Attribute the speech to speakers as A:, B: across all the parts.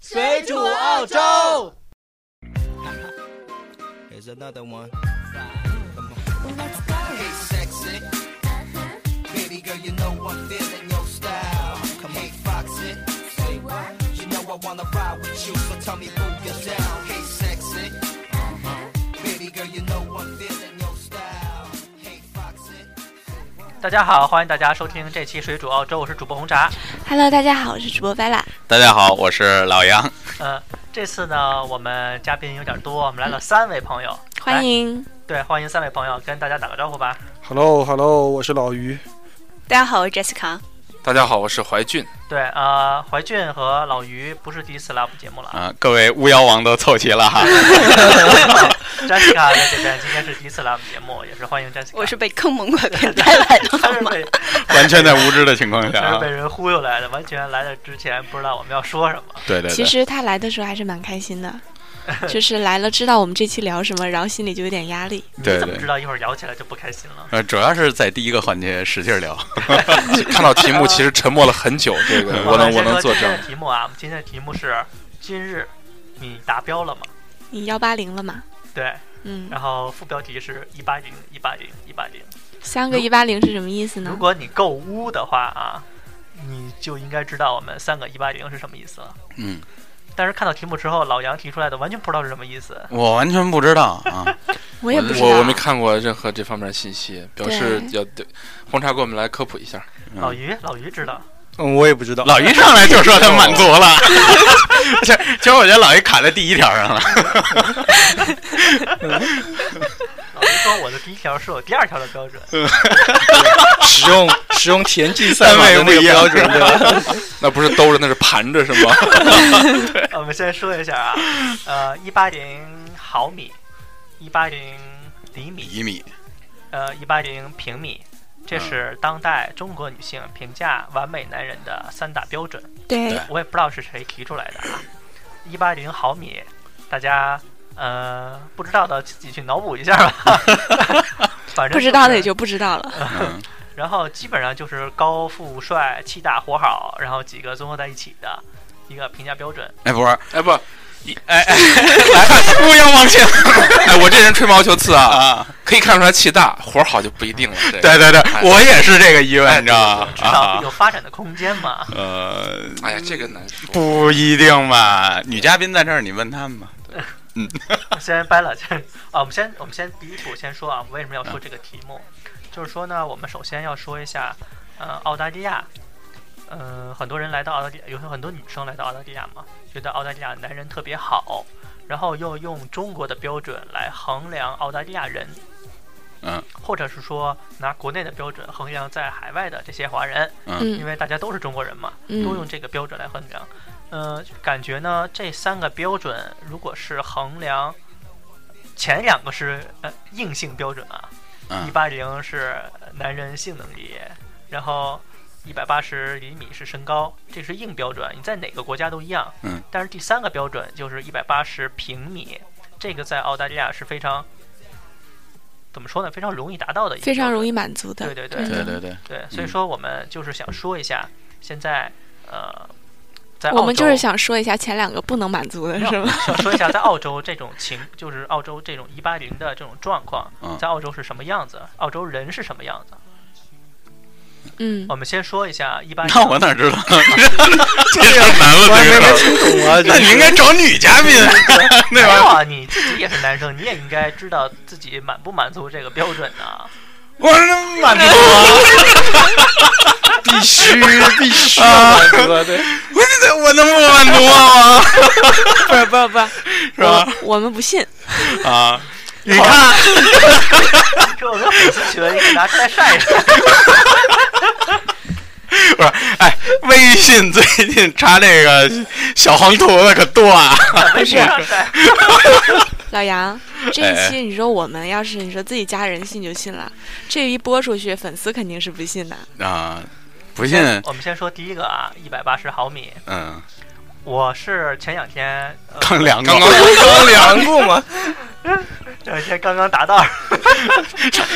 A: 水煮澳洲。
B: Here's another one. Baby girl, you know I'm feeling your style. Come on, fox it. Say what? You know I wanna ride with you, so tell me move you down. Hey, sexy. Baby girl, you know I'm feeling your style. Hey, fox it.
C: 大家好，欢迎大家收听这期《水煮澳洲》，我是主播红茶。
D: Hello，大家好，我是主播 Bella。
E: 大家好，我是老杨。
C: 呃，这次呢，我们嘉宾有点多，我们来了三位朋友，
D: 欢迎。
C: 对，欢迎三位朋友，跟大家打个招呼吧。
A: Hello Hello，我是老于。
D: 大家好，我是 Jessica。
E: 大家好，我是怀俊。
C: 对，呃，怀俊和老于不是第一次来我们节目了 啊。
E: 啊、各位巫妖王都凑齐了哈。
C: Jessica 在这边今天是第一次来我们节目，也是欢迎 Jessica。
D: 我是被坑蒙拐骗带 来的，
C: 他
D: 好
C: 是
D: 吗？
C: 被
E: 完全在无知的情况下
C: 他是
E: 啊
C: 被。人忽悠来的，完全来的之前不知道我们要说什么。
E: 对对
D: 其
E: 对，
D: 实他来的时候还是蛮开心 的，就是来了知道我们这期聊什么，然后心里就有点压力。
E: 对
C: 你怎么知
E: 对。
C: 道一会儿聊起来就不开心了？
E: 呃，主要是在第一个环节使劲聊，
F: 看到题目其实沉默了很久，这
E: 嗯
F: 个嗯我能我能作
C: 今天
F: 证
C: 的。题目啊，我们今天的题目是：今日你达标了吗？
D: 你幺八零了吗？
C: 对，
D: 嗯，
C: 然后副标题是一八零一八零一八零。
D: 三个一八零是什么意思
C: 如
D: 呢？
C: 果你够污的话啊，你就应该知道我们三个一八零是什么意思了。
E: 嗯，
C: 但是看到题目之后，老杨提出来的完全不知道是什么意思。
E: 我完全不知道 啊。
D: 我也不知道。
F: 我我没看过任何这方面的信息，表示
D: 对
F: 要对红茶给我们来科普一下。
E: 嗯
C: 老于，老于知道，
A: 嗯，我也不知道。
E: 老于上来就说他满足 了，其实其实我觉得老于卡在第一条上了。
C: 老于说我的第一条是我第二条的标 准。
A: 使用使用田忌赛马的
E: 单位
A: 那
E: 不
A: 个
E: 一样
A: 标准，对吧？
F: 那不是兜着，那是盘着，是 吗？
C: 呃我们先说一下啊，呃，一八零毫米，一八零厘米，
E: 厘米，
C: 呃，一八零平米。这是当代中国女性评价完美男人的三大标准。
D: 对
E: 对，
C: 我也不知道是谁提出来的啊。一八零毫米，大家呃不知道的自己去脑补一下吧。反正
D: 不知道的
C: 是
D: 也就不知道了。
E: 嗯，
C: 然后基本上就是高富帅、气大活好，然后几个综合在一起的一个评价标准。
E: 哎，不是，
F: 哎不，
E: 哎哎，来，乌央王庆
F: 哎我这人吹毛求疵啊，
E: 啊，
F: 可以看出来气大，活儿好就不一定了。这个
E: 对，对对，
A: 哎
E: 我也是这个疑问，你知道吗？
C: 至
E: 啊
C: 少有发展的空间嘛。
E: 呃，
F: 哎呀，这个难说。
E: 不一定吧？女嘉宾在这儿，你问他们吧。
C: 先掰了，先啊，我们先我们先第一步先说啊，我们为什么要说这个题目？就是说呢，我们首先要说一下，呃，澳大利亚，呃，很多人来到澳大利亚，有很多女生来到澳大利亚嘛，觉得澳大利亚男人特别好，然后又用中国的标准来衡量澳大利亚人，
E: 嗯，
C: 或者是说拿国内的标准衡量在海外的这些华人，因
D: 嗯
C: 为大家都是中国人嘛，都
D: 嗯
C: 用这个标准来衡量。呃，感觉呢，这三个标准如果是衡量，前两个是呃硬性标准啊，一
E: 嗯
C: 八零是男人性能力，然后一百八十厘米是身高，这是硬标准，你在哪个国家都一样。
E: 嗯。
C: 但是第三个标准就是一百八十平米，这个在澳大利亚是非常怎么说呢？非常容易达到的一个
D: 非常
C: 标准
D: 容易满足的。
C: 对对对
D: 嗯
E: 对对对，
C: 对，所以说我们就是想说一下，现在呃，在
D: 我们
C: 澳洲
D: 就是想说一下前两个不能满足的是吗？
C: 想说一下，在澳洲这种情，就是澳洲这种一八零的这种状况，
E: 嗯
C: 在澳洲是什么样子？澳洲人是什么样子？
D: 嗯
C: 我，们先说一下一八零。
E: 那我哪知道？这事儿难
A: 我
E: 了，
A: 还
E: 这个事儿。
A: 没没听懂啊，就
E: 那你应该找女嘉宾，
C: 没有
E: 对吧？
C: 啊，你自己也是男生，你也应该知道自己满不满足这个标准啊。
E: 我说满足啊！
A: 必须必须
E: 啊
A: 满足啊， 对，
E: 我这我能不满足啊 吗？
D: 不是不是不是，
E: 是吧？
D: 我我们不信。
E: 啊，你看，
C: 这我们有粉丝群，你可以拿出来晒一晒。
E: 不是，哎，微信最近查这个小黄图的可多啊。
C: 不
D: 是
C: 晒。
D: 老杨，这一
E: 哎
D: 期你说我们要是你说自己家人信就信了，这一播出去，粉丝肯定是不信的。
E: 啊，不信，
C: 我们先说第一个啊，一百八十毫米。
E: 嗯，
C: 我是前两天，呃
E: 刚量过
F: 刚刚，
A: 刚量过嘛，
C: 呃这两天刚刚达到，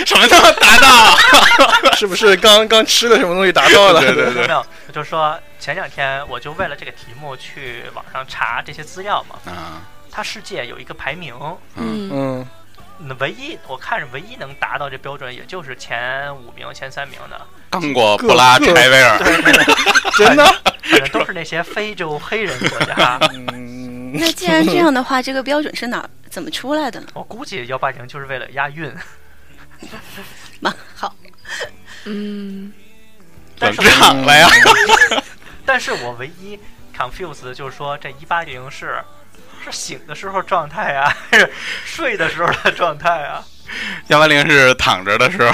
E: 什么他妈达到？啊
A: 是不是刚刚吃了什么东西达到了？
E: 对对
C: 没有没有，我就说前两天我就为了这个题目去网上查这些资料嘛，
E: 啊，
C: 它世界有一个排名，
D: 嗯
A: 嗯，
C: 那唯一我看着唯一能达到这标准，也就是前五名、前三名 的，
E: 刚果、布拉、柴维尔，
A: 真的？
C: 反正都是那些非洲黑人国 家。
A: 嗯，
G: 那既然这样的话，这个标准是哪儿怎么出来的呢？
C: 我估计幺八零就是为了押韵，
G: 蛮好，
D: 嗯，
E: 转
C: 啊
E: 账了呀？
C: 但是我唯一 confused 的就是说这一八零是是醒的时候状态啊， 还是睡的时候的状态啊？
E: 幺八零是躺着的时候，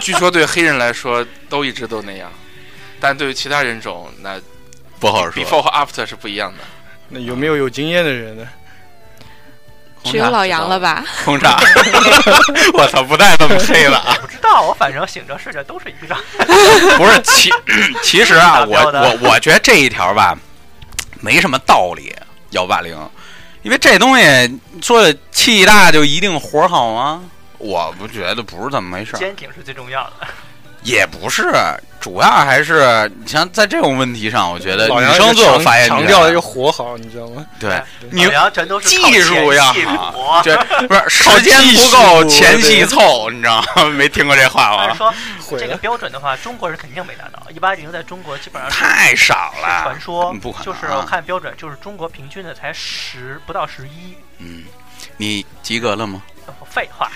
F: 据说对黑人来说都一直都那样，但对于其他人种，那
E: 不好说。
F: before 和 after 是不一样的。
A: 那有没有有经验的人呢？
D: 只有老杨了吧？
E: 轰炸！ 我操，不带这么黑的啊！
C: 不知道，我反正醒着睡着都是一个状态。
E: 不是， 其其实
C: 打
E: 啊，我
C: 标的
E: 我我觉得这一条吧，没什么道理。幺八零，因为这东西说气大就一定活好吗？我不觉得不是这么回事儿，
C: 坚挺是最重要的。
E: 也不是，主要还是你像在这种问题上，我觉得
A: 老
E: 呃女啊
A: 杨
E: 生最有
A: 强
E: 发言
A: 强
E: 权。
A: 调的就哎活好，你知道吗？
E: 对，你
C: 老杨全都是
E: 技
C: 靠前
E: 术呀啊
C: 戏骨
E: 这不是
A: 靠
E: 时间
A: 技
E: 不
A: 术
E: 够，前戏
A: 对
E: 凑，你知道吗？ 没听过这话
C: 但是
E: 吗？
C: 说
A: 毁
C: 这个
A: 了，
C: 标准的话，中国人肯定没达到。一八零在中国基本上是
E: 太少
C: 是
E: 了嗯
C: 传，说
E: 不可能，啊
C: 就是我看标准，就是中国平均的才十不到十一，
E: 嗯，你及格了吗？
C: 呃废 话。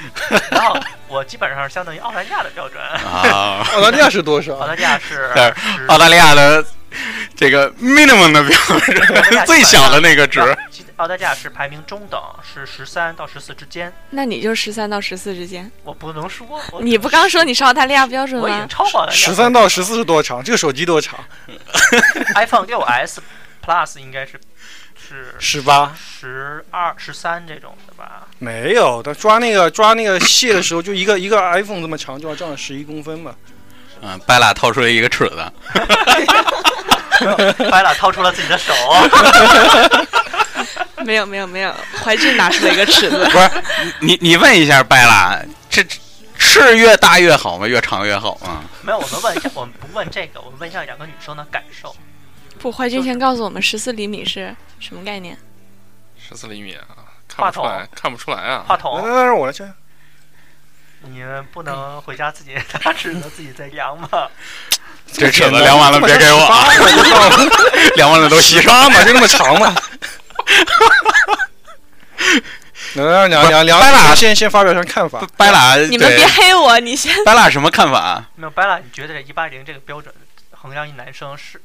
C: 然后我基本上相当于澳大利亚的标准，
E: 啊，
A: 澳大利亚是多
C: 澳
A: 少？
C: 大利亚是
E: 对
C: 十
E: 澳大利亚的这个 minimum 的标准，最小的那个值，
C: 澳大利亚是排名中等，是十三到十四之间。
D: 那你就十三到十四之间。
C: 我不能说，我
D: 你不刚说你是澳大利亚标准
C: 我已经
D: 吗？
C: 超过澳大利亚
A: 十三到十四是多长？这个手机多长？
C: iPhone 六 S Plus 应该是是
A: 十八？
C: 十二十三这种的吧？
A: 没有，他抓那个抓那个蟹的时候，就一个一个 iPhone 这么长，就要占了十一公分嘛。
E: 嗯，白拉掏出了一个尺子，
C: 白拉掏出了自己的手，
D: 没有没有没有， 怀志拿出了一个尺子。
E: 不是你你问一下白拉，这是越大越好吗？越长越好吗？
C: 没有，我们问一下，我们不问这个，我们问一下两个女生的感受。
D: 不，怀志先告诉我们十四厘米是什么概念？
F: 十四厘米啊，看不出来，看不出来啊。
C: 话筒
A: 那，那那让我来去。
C: 你们不能回家自己拿尺子自己再量吗？
E: 这尺子量完了别给我啊， 量完了都稀上嘛，就那么长嘛。
A: 能让梁梁梁
E: 掰了
A: 先先发表一下看法。
E: 白拉，
D: 你们别黑我，你先。
E: 白拉什么看法？啊
C: 没有，白拉，你觉得这一八零这个标准衡量一男生是，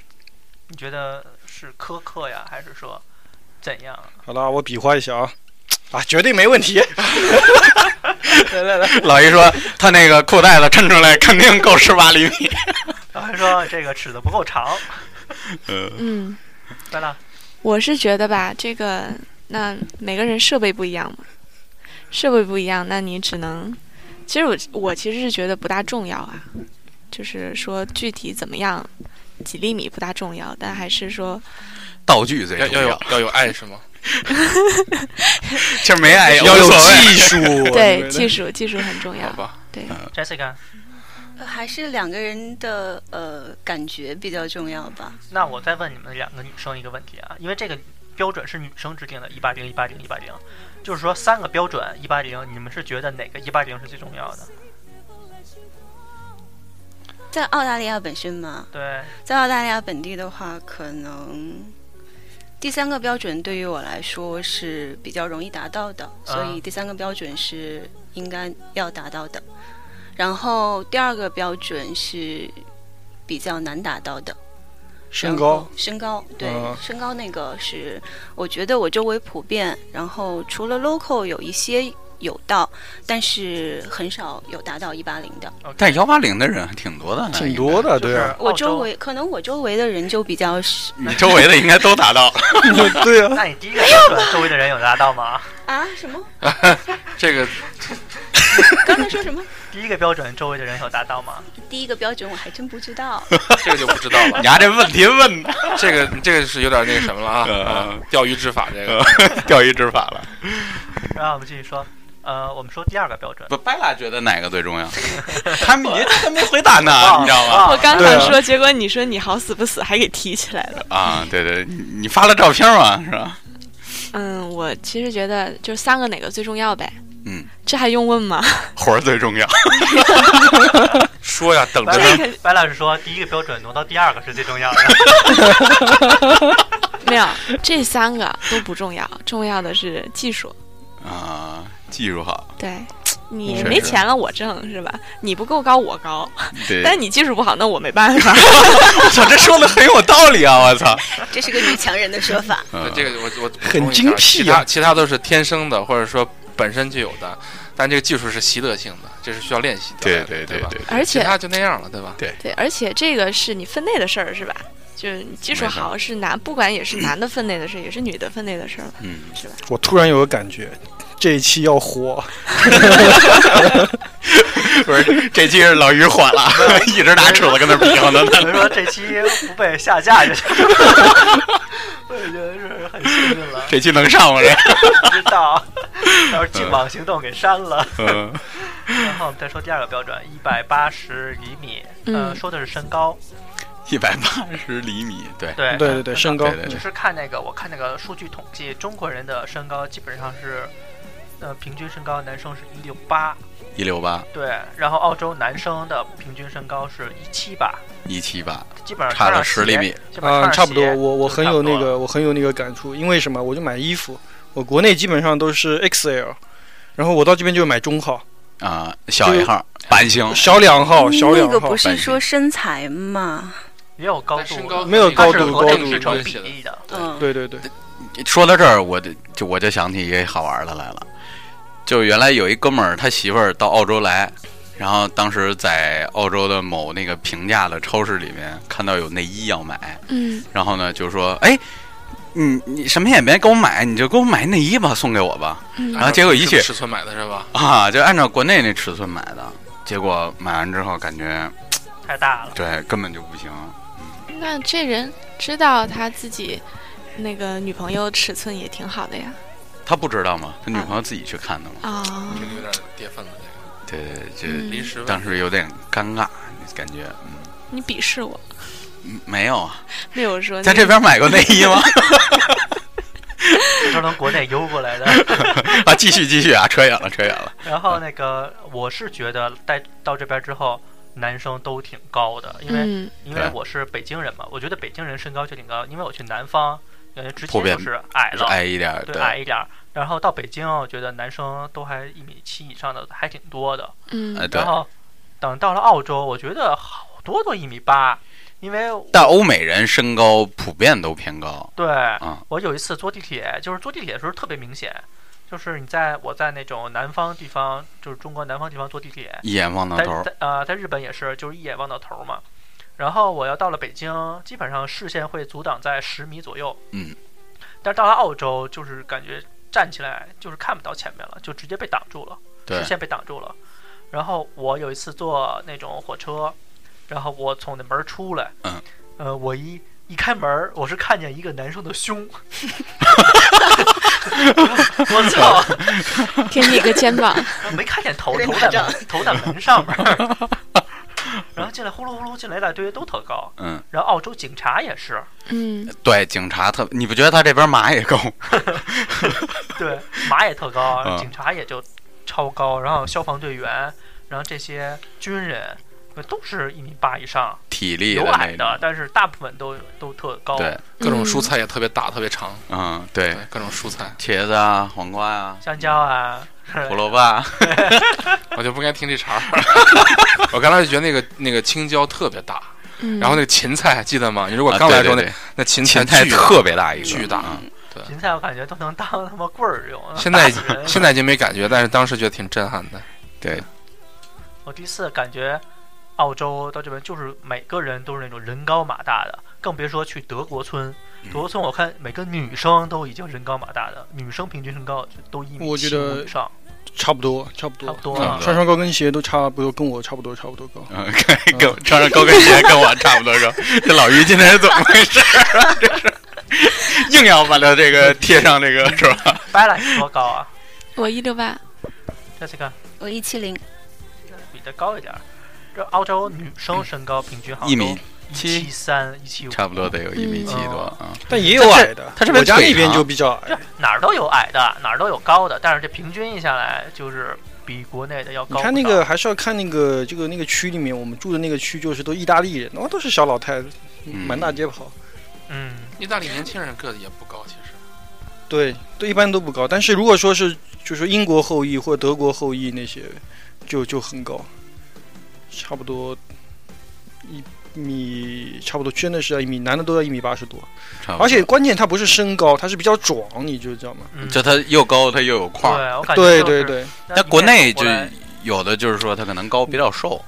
C: 你觉得是苛刻呀，还是说怎样？
A: 好了，我比划一下啊，啊，绝对没问题。来来来，
E: 老姨说他那个裤带子抻出来肯定够十八厘米。
C: 然后说这个尺子不够长，
E: 呃
D: 嗯，
C: 白拉，
D: 我是觉得吧，这个那每个人设备不一样嘛，设备不一样，那你只能，其实我我其实是觉得不大重要啊，就是说具体怎么样，几厘米不大重要，但还是说
E: 道具最
F: 要
E: 重
F: 要有，要有爱是吗？
E: 其实没爱
A: 要有
E: 无所谓
A: 技 术，
D: 对技术技术很重
F: 好
D: 要，
F: 吧，
D: 对，
C: 嗯 Jessica，
G: 呃还是两个人的呃感觉比较重要吧。
C: 那我再问你们两个女生一个问题啊，因为这个标准是女生制定的，一八零、一八零、一八零，就是说三个标准一八零，你们是觉得哪个一八零是最重要的？
G: 在澳大利亚本身嘛，
C: 对，
G: 在澳大利亚本地的话，可能第三个标准对于我来说是比较容易达到的，所以第三个标准是应该要达到的。然后第二个标准是比较难达到的，
A: 身高，，
G: 身高，对，
A: 嗯
G: 身高那个是我觉得我周围普遍，然后除了 local 有一些有到，但是很少有达到一八零的。
E: 但幺八零的人还挺多的呢，
A: 挺多的，对啊，
G: 我
C: 澳
G: 周
C: 洲。
G: 围可能我周围的人就比较是
E: 应该。你周围的应该都 达到了，
A: 对啊，
C: 那你第一个标准，周围的人有达到吗？
G: 啊什么？
F: 这个
G: 刚才说什么？
C: 第一个标准，周围的人有达到吗？
G: 第一个标准我还真不知 道。
F: 这个就不知道了
E: 你。家这问题问 的
F: 这个这个是有点那个什么了啊
E: 嗯
F: 啊，钓鱼执法这个。
E: 钓鱼执法了。
C: 然后我们继续说，呃，我们说第二个标准，
E: 不，白拉觉得哪个最重要？ 他们也他没回答呢，
C: 忘了
E: 你知道吗？
C: 忘
D: 我
C: 了
D: 刚
A: 对
D: 想
A: 啊
D: 说，结果你说你好死不死还给提起来了。
E: 啊，对对，你你发了照片吗？是吧？
D: 嗯，我其实觉得就三个哪个最重要呗。
E: 嗯，
D: 这还用问吗？
E: 活儿最重要。
F: 说呀，等着
C: 白
F: 呢。
C: 老白老师说，第一个标准挪到第二个是最重要的。
D: 没有，这三个都不重要，重要的是技术。
E: 啊，技术好，
D: 对，你
E: 嗯确
D: 没
E: 实
D: 钱了我挣是吧？你不够高我高，
E: 对，
D: 但你技术不好，那我没办法。
E: 我操，这说的很有道理啊！我 操，
G: 这是个女强人的说法。
E: 嗯
F: 这个我我补
A: 很
F: 充一
A: 精
F: 下
A: 辟
F: 其
A: 啊
F: 他其他都是天生的，或者说本身就有的，但这个技术是习得性的，这是需要练习的。
E: 对
F: 对
E: 对对
F: 吧，
E: 对，
D: 而
F: 其
D: 且
F: 他就那样了，对吧？
D: 对，而且这个是你分内的事儿是吧？就是你技术
E: 没错
D: 好是男，不管也是男的分内的事儿，也是女的分内的事儿吧，
E: 嗯，
D: 是吧？
A: 我突然有个感觉，这一期要火，
E: 不是，这期是老于缓了，一直拿尺子跟那儿比划呢。
C: 所以说这期不被下架就是， 我也觉得是很幸运了，
E: 这期能上 吗？这，
C: 不知道，到时候净网行动给删了。
E: 嗯
C: 然后我们再说第二个标准，一百八十厘米，呃，
D: 嗯
C: 说的是身高，
E: 一百八十厘米，对，
C: 哎对
A: 对对对，身高，
E: 对对
A: 嗯
E: 对
C: 只是看那个，我看那个数据统计，中国人的身高基本上是，呃，平均身高男生是一六八，
E: 一六八
C: 对，然后澳洲男生的平均身高是一七八，
E: 一七八，
C: 基本上
E: 差
C: 穿
E: 了
C: 上
E: 10
C: 鞋
E: 厘米，
C: 基本上
A: 啊、
C: 穿上
A: 差不多
C: 鞋，
A: 我我
C: 就
A: 很
C: 差
A: 有
C: 不多
A: 那
C: 了，
A: 个我很有那个感触，因为什么？我就买衣服，我国内基本上都是 XL，然后我到这边就买中号、
E: 啊，小一号，版型，
A: 小两号、哦小
G: 那
A: 两
G: 个
A: 号
G: 不。是说身材嘛？
C: 也有高
F: 但
C: 度
F: 身高
C: 的，
A: 没有
F: 它
A: 高
C: 它
F: 是
C: 是
A: 度
F: 和
C: 和
F: 这
A: 高
F: 个
A: 度
F: 是
C: 体是
A: 有
F: 成
C: 成
F: 比
C: 比
F: 例的。
C: 例的，
G: 嗯，
A: 对对对，
E: 说到这儿，我就就我就想起一个好玩的来了，就原来有一哥们儿，他媳妇儿到澳洲来，然后当时在澳洲的某那个平价的超市里面看到有内衣要买，
D: 嗯，
E: 然后呢就说，哎，你你什么也别给我买，你就给我买内衣吧，送给我吧。
D: 嗯
E: 然后结果一去
F: 是尺寸买的是吧？
E: 啊，就按照国内那尺寸买的，结果买完之后感觉
C: 太大了。
E: 对根本就不行，
D: 那这人知道他自己那个女朋友尺寸也挺好的呀。
E: 他不知道吗？他女朋友自己去看的嘛。
D: 啊、
F: 这个有点跌份了，这
E: 对对对，
F: 个
D: 嗯
E: 这
F: 临时
E: 嗯当时有点尴尬，感觉
D: 你鄙视我？
E: 嗯没有啊，
D: 没有说
E: 在
D: 那
E: 这边买过内衣 吗？
C: 都从国内邮过来的。
E: 啊，继续继续啊，扯远了扯远了。
C: 然后那个，我是觉得带到这边之后，男生都挺高的，因为、
D: 嗯
C: 因为
E: 对
C: 我是北京人嘛，我觉得北京人身高就挺高，因为我去南方，感觉直
E: 普
C: 接
E: 遍
C: 就是矮
E: 是
C: 了，
E: 矮一点儿，
C: 对矮一点儿。然后到北京，我觉得男生都还一米七以上的还挺多的。
E: 哎
D: 嗯
E: 对
C: 然，后等到了澳洲，我觉得好多都一米八，因为
E: 但欧美人身高普遍都偏高
C: 对、
E: 啊，
C: 我有一次坐地铁，就是坐地铁的时候特别明显，就是你在我在那种南方地方，就是中国南方地方坐地铁，
E: 一眼望到
C: 在
E: 啊头儿。
C: 在呃，在日本也是，就是一眼望到头儿嘛。然后我要到了北京，基本上视线会阻挡在十米左右。
E: 嗯。
C: 但是到了澳洲，就是感觉站起来就是看不到前面了，就直接被挡住了，
E: 对
C: 视，线被挡住了。然后我有一次坐那种火车，然后我从那门儿出来，
E: 嗯，
C: 呃，我一一开门儿，我是看见一个男生的胸， 我操！
D: 给你一个肩 膀，
C: 没看见头，
G: 人
C: 头
G: 打
C: 在
G: 仗
C: 门头在门上面儿。 然后进来呼噜呼噜进来一大堆，都特高。
E: 嗯，
C: 然后澳洲警察也是，
D: 嗯，
E: 对，警察特，你不觉得他这边马也高？
C: 对，马也特高，
E: 嗯
C: 警察也就超高。然后消防队员，然后这些军人，都是一米八以上，
E: 体力
C: 有
E: 的
C: 矮的，
E: 那种。
C: 但是大部分都都特高。
E: 对，
F: 各
D: 嗯
F: 种蔬菜也特别大，特别长，
E: 嗯，对
F: 对，，各种蔬 菜。
E: 茄子啊，黄瓜啊，
C: 香蕉啊，
E: 胡萝卜啊，
F: 我就不该听这茬儿。 我刚才就觉得那个那个青椒特别大，
D: 嗯，
F: 然后那个芹菜还记得吗？你如果刚来的时候，
E: 啊对
F: 那
E: 对
F: 那芹
E: 对
F: 菜
E: 芹菜
F: 巨
E: 特别大一个，
F: 巨大
E: 嗯
C: 芹菜我感觉都能当他妈棍儿用。
F: 现在已
C: 打死 人
F: 现在已经没感觉，但是当时觉得挺震撼的。
E: 对，
C: 我哦第一次感觉澳洲到这边就是每个人都是那种人高马大的，更别说去德国村。
E: 嗯
C: 德国村我看每个女生都已经人高马大的，女生平均身高就都一米
A: 我
C: 七
A: 觉
C: 五
A: 得
C: 以上，
A: 差不多，差不
C: 差
A: 多
C: 不。多
E: 差
C: 啊
E: 不。多
A: 穿双高跟鞋都差不多，跟我差不多，差不多高。
E: 嗯， 跟跟穿上高跟鞋跟我差不多高。这老于今天是怎么回事儿啊？这是硬要把他这个贴上这个是吧？
C: 白兰多高啊？
D: 我一六八，
C: 这是个
G: 我一七零，
C: 比这高一点儿。这澳洲女生身高平均好像
E: 嗯一米
C: 一
E: 七
C: 七三、一七五，
E: 差不多得有一米七多啊。
A: 但也有
E: 它这
A: 矮的，
E: 它这边
A: 我家
E: 腿
A: 那边
E: 长
A: 就比较矮
C: 这。哪儿都有矮的，哪儿都有高的，但是这平均下来就是比国内的要
A: 你
C: 高不少。
A: 看那个还是要看那个这个那个区里面，我们住的那个区就是都意大利人，那都是小老太太，满大街跑。
C: 嗯，
F: 意大利年轻人个子也不高，其实
A: 对，都一般都不高。但是如果说是就是英国后裔或德国后裔那些，就就很高，差不多一米，差不多真的是要一米，男的都要一米八十多。
E: 差不多
A: 而且关键他不是身高，他是比较壮，你就知道吗？
C: 嗯
E: 就它又高，它又有块儿。
C: 对，我感觉
A: 对
C: 就
A: 对
C: 是。
A: 对
C: 那
E: 那
C: 你
E: 国
C: 也看
E: 内
C: 不
E: 就
C: 出来
E: 有的就是说它可能高比较瘦，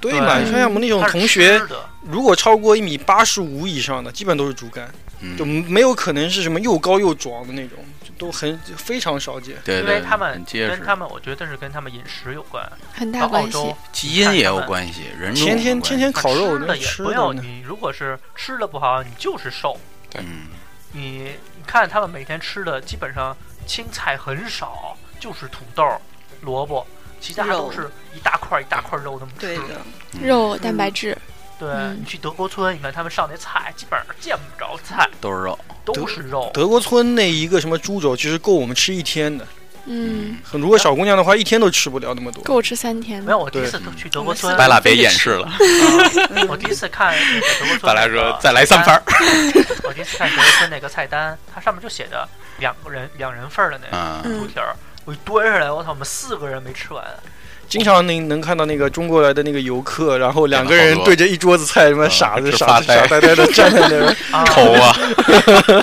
A: 对嘛！
C: 对
A: 你看像我们那种
C: 它是
A: 同学
C: 吃，的
A: 如果超过一米八十五以上的，基本都是竹竿。
E: 嗯，
A: 就没有可能是什么又高又壮的那种，就都很就非常少见。
E: 对
C: 因为
E: 对，
C: 他们
E: 很结
C: 跟
E: 实，
C: 他们，我觉得是跟他们饮食有关。
D: 很
C: 到
D: 大
C: 澳
D: 关系。
C: 洲
E: 基因也有关系，人种
A: 天
E: 有
A: 天
E: 关
A: 天天
C: 它
A: 烤肉，
C: 吃
A: 那
C: 的也
A: 吃
C: 不要
A: 的呢
C: 你，如果是吃的不好，你就是瘦。
E: 系嗯，
C: 你你看他们每天吃的基本上青菜很少，就是土豆、萝卜，其他都
G: 肉
C: 是一大块一大块肉那么
G: 对
C: 吃。
G: 的，
E: 嗯
D: 肉蛋白质，
C: 对
D: 嗯
C: 你去德国村，你看他们上那菜，基本上见不着菜，
E: 都是肉，
C: 都是肉。
A: 德国村那一个什么猪肘，其实够我们吃一天的。
D: 嗯，
A: 很如果小姑娘的话，一天都吃不了那么多。
D: 够我吃三天
C: 没
D: 的。
C: 有，我第一次
E: 对嗯
C: 去德国村，嗯
E: 白蜡别掩饰了，
C: 我第一次看那个德国村，
E: 白蜡说再来三 盘儿，
C: 我第一次看德国村那个菜单，它上面就写着两个人两人份儿的那
A: 啊
C: 个
E: 嗯，
D: 嗯
C: 猪蹄儿，我一端上来，我操，我们四个人没吃完。
A: 经常能能看到那个中国来的那个游客，然后两个
E: 点了
A: 人
E: 好多
A: 对着一桌子菜，什么
E: 嗯
A: 傻子
E: 直
A: 傻
E: 发
A: 子
E: 呆
A: 啊傻呆呆 的站在那儿。
C: 啊
E: 丑啊，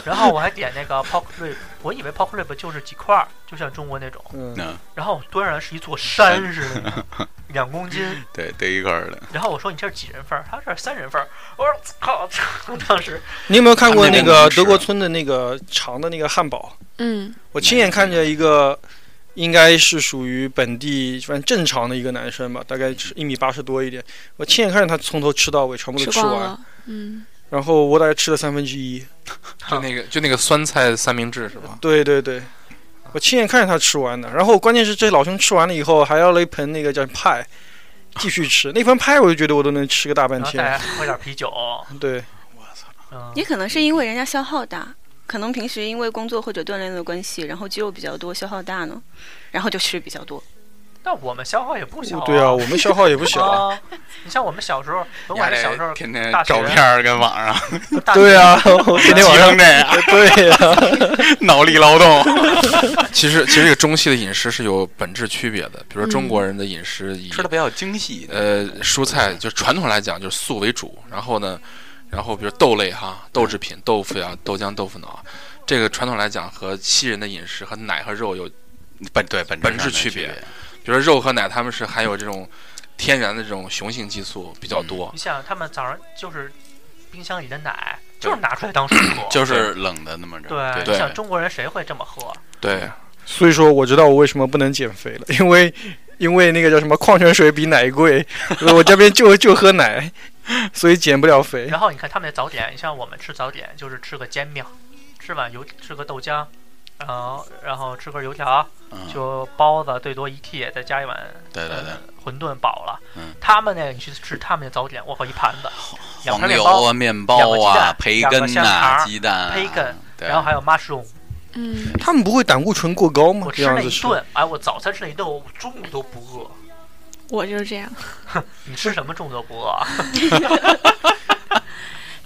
C: 然后我还点那个 pork rib，我以为 pork rib 就是几块儿，就像中国那种。
A: 嗯，
E: 嗯，
C: 然后我端上来是一座山似的， 两公斤。
E: 对，对一块儿的，
C: 然后我说你这是几人份儿？他说这是三人份儿。我说操，当时
A: 你有没有看过
E: 他们
A: 那
E: 那边
A: 个
E: 能吃
A: 德国村的那个长的那个汉堡？
D: 嗯，
A: 我亲眼看着一个，应该是属于本地反正正常的一个男生吧，大概一米八十多一点。我亲眼看着他从头吃到尾，全部
D: 吃
A: 都吃
D: 光
A: 完，
D: 了。嗯，
A: 然后我大概吃了三分之一。
F: 就那个就那个酸菜三明治是吧？
A: 对对对，我亲眼看着他吃完的。然后关键是这老兄吃完了以后，还要了一盆那个叫派，继续吃。 那盆派我就觉得我都能吃个大半
C: 然后再
A: 天。
C: 喝点啤酒，
A: 对，
C: 嗯，
G: 也可能是因为人家消耗大，可能平时因为工作或者锻炼的关系，然后肌肉比较多，消耗大呢，然后就吃比较多。
C: 但我们消耗也不
E: 哦
C: 小、
A: 对啊，我们消耗也不小啊。
C: 啊，你像我们小时候，甭
E: 呀
C: 管
E: 这
C: 是小时候，
E: 哎天天
C: 大学
E: 照片儿跟网上
C: 大学
A: 对啊，我天天晚
E: 急
A: 上
E: 成这样，
A: 对啊，
E: 脑力劳 动，
F: 其实其实这个中西的饮食是有本质区别的，比如说中国人的饮食以
E: 吃的比较精细，
F: 呃蔬菜就传统来讲就是素为主，然后呢，然后比如豆类哈、豆制品、豆腐呀、豆浆、豆腐脑，这个传统来讲和西人的饮食和奶和肉有，比
E: 本对本
F: 本质
E: 质上的
F: 区
E: 区
F: 别，如说肉和奶他们是含有这种天然的这种雄性激素比较多
C: 你，想他们早上就是冰箱里的奶，
F: 对
C: 就是拿出来当水喝，
E: 就是冷的那么着，
C: 对。
E: 对
C: 你想中国人谁会这么喝？
F: 对，
A: 所以说我知道我为什么不能减肥了， 因为因为那个叫什么矿泉水比奶贵， 我这边就就喝奶，所以减不了肥。
C: 然后你看他们的早点，你像我们吃早点就是吃个煎饼，吃碗油吃个豆浆，然后然后吃根油条，
E: 嗯
C: 就包子最多一屉，再加一碗
E: 对对对
C: 呃馄饨饱了。
E: 嗯
C: 他们那个你去吃他们的早点，我靠一盘子，两
E: 黄
C: 盘面
E: 油
C: 包
E: 啊、，面
C: 两个
E: 包
C: 鸡
E: 啊
C: 蛋、
E: 培
C: 两个
E: 根
C: 香
E: 呐、
C: 肠
E: 鸡蛋啊、
C: 培根
E: 对，
C: 然后还有 mushroom，
D: 嗯，
A: 他们不会胆固醇过高吗
C: 我？
A: 这
C: 吃
A: 样
C: 了
A: 子
C: 一
A: 吃，
C: 顿，哎，我早餐吃了一顿，我中午都不饿。
D: 我就是这样。
C: 你吃什么中午都不饿啊，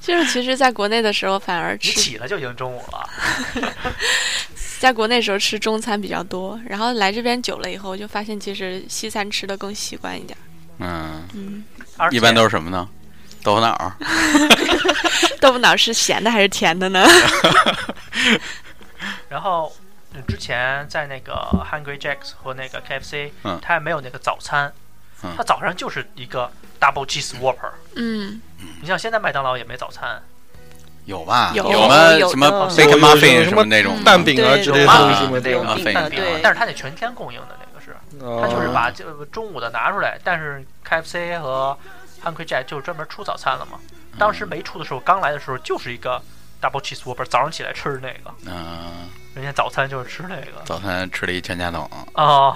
D: 就是其实，在国内的时候反而
C: 你
D: 吃，
C: 起了就已经中午了。
D: 在国内时候吃中餐比较多，然后来这边久了以后，就发现其实西餐吃的更习惯一点。
E: 嗯，
D: 嗯，
C: 而且
E: 一般都是什么呢？豆腐脑儿，
D: 豆腐脑是咸的还是甜的呢？
C: 然后嗯之前在那个 Hungry Jacks 和那个 KFC，、
E: 嗯
C: 它还没有那个早餐，
E: 嗯
C: 它早上就是一个 Double Cheese Whopper、
D: 嗯，
C: 你像现在麦当劳也没早餐，
E: 有吧？
D: 有
E: 什么
D: 有
E: 什么
D: 的
E: bacon
A: 有有有
E: muffin
A: 什
E: 什
A: 么
E: 么嗯那种
A: 蛋饼啊
D: 对
A: 之类的
C: 有
A: 东
E: 啊
A: 西吗？
G: 那种
E: 啊
G: 饼
E: 费
G: 的，
E: 力
G: 对，
C: 但是它得全天供应的那个是，它就是
A: 哦
C: 把就中午的拿出来，但是 KFC 和 Hungry Jack 就是专门出早餐了嘛。
E: 嗯
C: 当时没出的时候，刚来的时候就是一个 Double Cheese Whopper，早上起来吃那个，
E: 嗯，
C: 人家早餐就是吃那个
E: 早餐吃了一全家桶，
C: 哦。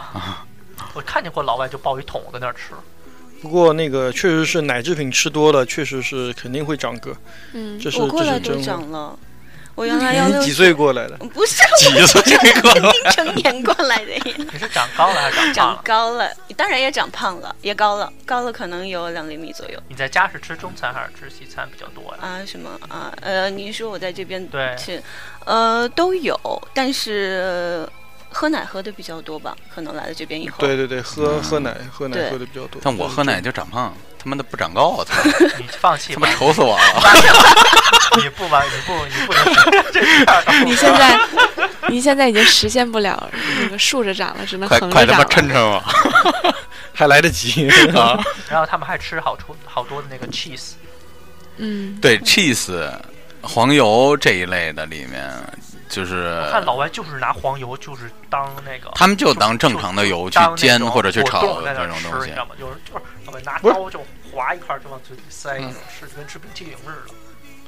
C: 我看见过老外就抱一桶在那儿吃，
A: 不过那个确实是奶制品吃多了，确实是肯定会长个。
D: 嗯
A: 这，是
G: 我过
A: 这
G: 来
A: 是
G: 都
A: 真话。
G: 长了，我原来要六
A: 你几岁过来的？
G: 不是
E: 几岁过来？
G: 我成年过来的呀，
C: 你是长高了还是长胖
G: 长
C: 了？
G: 高了，当然也长胖了，也高了，高了可能有两厘米左右
C: 你在家是吃中餐还是吃西餐比较多呀？
G: 啊，什么啊，呃，你说我在这边
C: 对
G: 吃，呃，都有，但是喝奶喝的比较多吧，可能来了这边以后，
A: 对对对，喝
E: 嗯
A: 喝奶喝奶
G: 对
A: 喝的比较多。
E: 但我喝奶就长胖，他妈的不长高，我操！
C: 你放弃
E: 他
C: 吧
E: 妈，愁死我了。
C: 你不玩，你不你不能这事儿
D: 你现在你现在已经实现不了那个竖着长了，只能
E: 快
D: 横着
E: 快他
D: 长
E: 妈
D: 了。嗯
E: 抻抻我！
A: 还来得及
E: 啊，
C: 然后他们还吃好出好多的那个 cheese，
D: 嗯，
E: 对，cheese、黄油这一类的里面，就是
C: 我看老外就是拿黄油就是当那个。
E: 呃他们就当正常的油去
C: 当那
E: 煎
C: 种
E: 或者去
C: 果
E: 炒
C: 冻在那
E: 这
C: 儿
E: 种
C: 吃
E: 东
C: 你
E: 西
C: 知。道吗？就是就是老外拿
A: 不是
C: 刀就划一块儿就往嘴里塞
E: 嗯
C: 那种，是跟吃冰淇淋似的。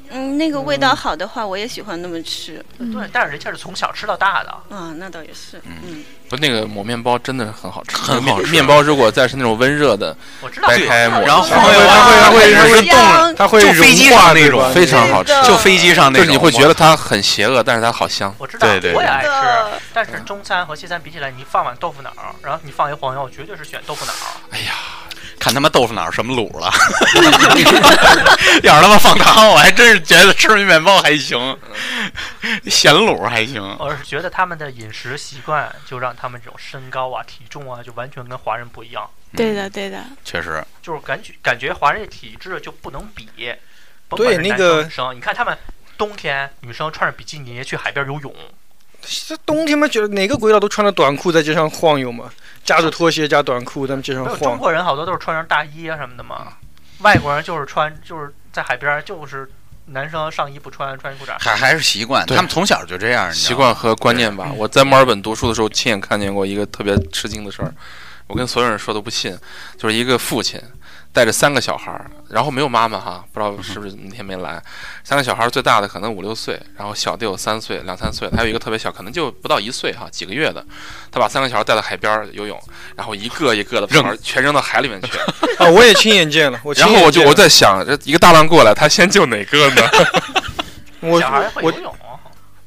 G: 嗯，那个味道好的话，我也喜欢那么吃
D: 嗯
C: 对，但是人家是从小吃到大的，
G: 啊，那倒也是，嗯，
F: 不，那个抹面包真的很好吃，
E: 很好吃
F: 面包如果再是那种温热的，
C: 我知道。
F: 掰开抹，
E: 然后
A: 它
E: 黄
A: 会
E: 油
A: 它会它会
G: 是
E: 动，
A: 它会
E: 就
A: 融
E: 飞机
A: 化
E: 上那
A: 对
E: 种
A: 吧
F: 非常好吃，
G: 对的
E: 就飞机上那
F: 就
E: 种，
F: 是你会觉得它很邪恶，但是它好 香。
C: 我知道，
E: 对对
C: 我也
E: 对
C: 爱吃，
G: 的
C: 但是中餐和西餐比起来，你放碗豆腐脑儿，然后你放一黄油，我绝对是选豆腐脑儿。
E: 看他妈豆腐脑什么卤了。 要是他妈放糖，我还真是觉得吃面包还行，咸卤还行。
C: 我是觉得他们的饮食习惯就让他们这种身高啊、体重啊，就完全跟华人不一样，
D: 对的对的，
E: 确实，
C: 就是感觉感觉华人的体质就不能比，甭
A: 对
C: 管是
A: 那
C: 男
A: 个
C: 生女生，你看他们冬天女生穿着比基尼去海边游泳，
A: 这冬天嘛，觉得哪个鬼佬都穿着短裤在街上晃悠嘛，夹着拖鞋加短裤在街上
C: 没有中
A: 晃。嗯
C: 国人好多都是穿上大衣啊什么的嘛，外国人就是穿就是在海边就是男生上衣不穿，穿一裤衩。
E: 还还是习惯，
F: 对
E: 他们从小就这样，你知
F: 习
E: 道吗
F: 惯和观念吧。我在墨尔本读书的时候，亲眼看见过一个特别吃惊的事儿，我跟所有人说都不信，就是一个父亲带着三个小孩儿，然后没有妈妈哈，不知道是不是那天没来。三个小孩儿最大的可能五六岁，然后小的有三岁、两三岁，还有一个特别小，可能就不到一岁哈，几个月的。他把三个小孩带到海边儿游泳，然后一个一个的跑，全扔到海里面去。
A: 啊，我也亲眼见了，我亲
F: 然
A: 眼
F: 后我就
A: 见
F: 我
A: 了
F: 在想，这一个大浪过来，他先救哪个呢？
A: 我
C: 小孩会
A: 我
C: 游泳，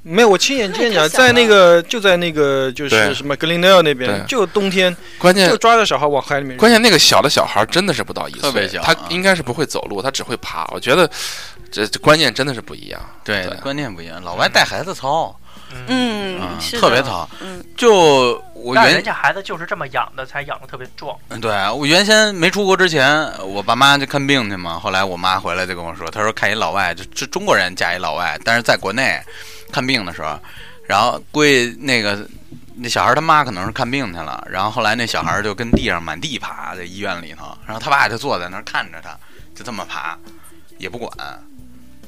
A: 没有我亲眼见
G: 那
A: 着，
G: 也太小了
A: 在那个就在那个就
F: 对
A: 是什么格林 l 那边
F: 对，
A: 就冬天
F: 关键
A: 就抓着小孩往海里面扔。
F: 关键那个小的小孩真的是不到一岁，
E: 特别小
F: 他
E: 啊
F: 应该是不会走路，他只会爬。我觉得这这观念真的是不一样。
E: 对
F: 对
E: 观念不一样。老外带孩子糙，
C: 嗯，
G: 嗯
E: 嗯，，
G: 是
E: 特别
G: 的
E: 糙。
G: 嗯
E: 就我
C: 但
E: 原
C: 人家孩子就是这么养的，才养的特别壮。
E: 嗯对啊我原先没出国之前，我爸妈就看病去嘛。后来我妈回来就跟我说，她说看一老外，就这中国人嫁一老外，但是在国内看病的时候，然后估计那个那小孩他妈可能是看病去了，然后后来那小孩就跟地上满地爬，在医院里头，然后他爸就坐在那儿看着他，就这么爬，也不管，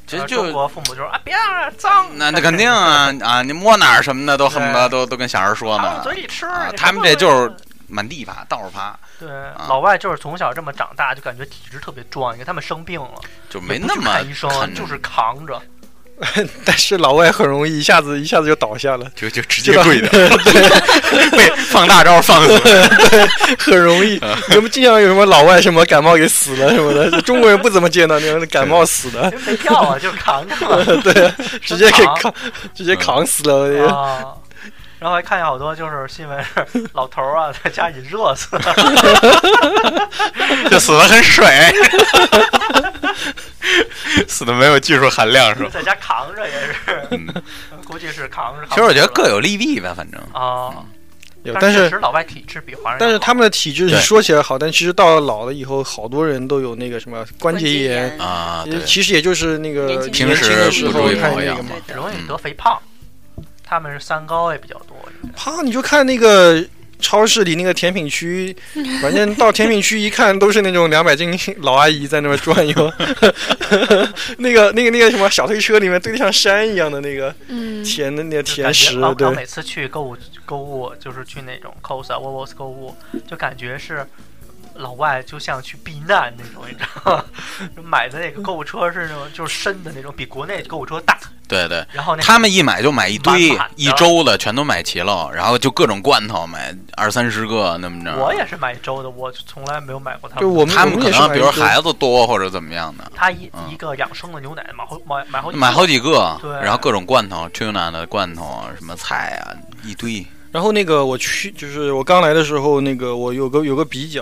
E: 其实
C: 而
E: 就
C: 中国父母就说啊，别啊，脏。
E: 那那肯定啊啊，你摸哪儿什么的都恨不得都都跟小孩说
C: 往
E: 呢
C: 我嘴里吃。
E: 啊，
C: 你
E: 他们
C: 别
E: 这啊
C: 问
E: 就是满地爬，到处爬，
C: 对老外就是从小这么长大，就感觉体质特别壮。你看他们生病了，
E: 就
C: 也
E: 没
C: 不
E: 那
C: 去
E: 么
C: 看医生，
E: 看
C: 就是扛着。
A: 但是老外很容易一下子一下子就倒下了，
E: 就就直接跪的，被放大招放死。
A: 很容易。我们经常有什么老外什么感冒给死了什么的，中国人不怎么见到那种感冒 死的，
C: 因为没票啊，就是扛 着嘛。
A: 直接给
C: 扛
A: 扛，直接扛死了。
C: 啊。然后还看见好多就是新闻是老头儿啊在家里热死了，
E: 就死的很水， 死的没有技术含量是吧？
C: 在家扛着也是，
E: 嗯
C: 估计是扛着扛不住了。
E: 其实我觉得各有利弊吧，反正
C: 啊，
A: 有
C: 但
A: 但
C: 确
A: 是
C: 实老外体质比华人要好，
A: 但是他们的体质
E: 对
A: 你说起来好，但其实到了老了以后，好多人都有那个什么关节
C: 嗯
A: 炎，
E: 啊，对
A: 也，其实也就是那
G: 年
A: 个
E: 平
G: 轻
A: 年
E: 时
A: 轻的
E: 不
A: 时
E: 注
A: 候
E: 意
A: 太
E: 保
A: 那
E: 养
A: 个嘛
G: 对。的，
C: 容易得肥胖，他们是三高也比较多。
A: 啪，你就看那个超市里那个甜品区，反正到甜品区一看，都是那种两百斤老阿姨在那边转悠，那个那个那个什么小推车里面堆得像山一样的那个
D: 嗯，
A: 甜的那个
C: 就
A: 甜
C: 感觉
A: 食
E: 哦
C: 我，我
A: 对
C: 每次去购物购物，就是去那种 COS 啊、WOWOS 购物，就感觉是老外就像去避难那种，你知道吗？就买的那个购物车是那种就是深的那种，比国内购物车大，
E: 对对，
C: 然后那
E: 他们一买就买一堆
C: 满满的，
E: 一周的全都买齐了，然后就各种罐头买二三十个那么着。
C: 我也是买周的，我从来没有买过他
A: 就
C: 们。
A: 我们
E: 他
A: 我
E: 们
A: 们
E: 可
A: 也是
E: 能
A: 买
E: 比如
A: 一堆
E: 孩子多或者怎么样的，
C: 他一
E: 嗯
C: 一个养生的牛奶买好买买好几
E: 买好
C: 个
E: 几个，
C: 对
E: 然后各种罐头，tuna 的罐头，什么菜啊，一堆。
A: 然后那个我去，就是我刚来的时候，那个我有个有个比较，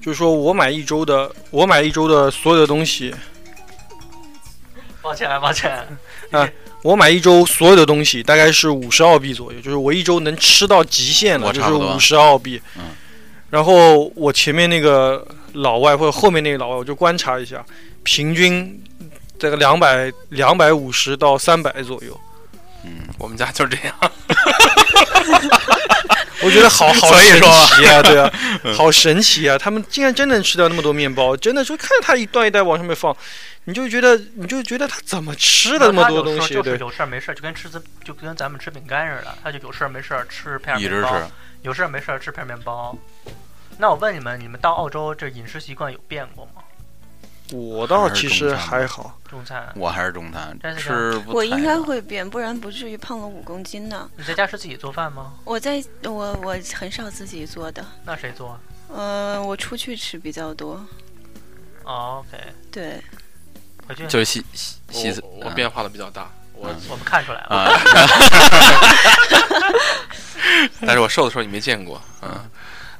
A: 就是说我买一周的，我买一周的所有的东西，
C: 抱歉抱歉，
A: 我买一周所有的东西大概是五十澳币左右，就是我一周能吃到极限了，
E: 我
A: 就
E: 差
A: 是
E: 不多
A: 五十澳币。
E: 嗯
A: 然后我前面那个老外或者后面那个老外，我就观察一下，平均这个两百两百五十到三百左右，
E: 嗯，
F: 我们家就是这样，
A: 我觉 得好好
E: 所以
A: 神
E: 说嗯
A: 奇啊，对啊，好神奇啊！他们竟然真能吃掉那么多面包，真的说看他一段一袋往上面放，你就觉得你就觉得他怎么 吃的那么
C: 他
A: 多
C: 有
A: 东
C: 时候
A: 西？
C: 就是
A: 对，
C: 有事儿没事儿，就跟吃自就跟咱们吃饼干似的，他就有事儿没事儿吃片儿
E: 一
C: 面
E: 直
C: 包，
E: 是
C: 有事儿没事儿吃片儿面包。那我问你们，你们到澳洲这饮食习惯有变过吗？
A: 我倒
E: 还是
A: 其
E: 中
A: 实
E: 餐吧
A: 还好，
C: 中餐？
E: 我还是中餐
C: 但是
E: 吃不太
G: 我应该会变，不然不至于胖了五公斤呢。
C: 你在家是自己做饭吗？
G: 我在我我很少自己做的，
C: 那谁做啊、
G: 呃，我出去吃比较多。
C: 哦、？OK，
G: 对，
C: 回去
E: 就是西西西餐
F: 我我变化的比较大，我
E: 嗯
C: 我们看出来了。
E: 啊，
F: 但是我瘦的时候你没见过，嗯，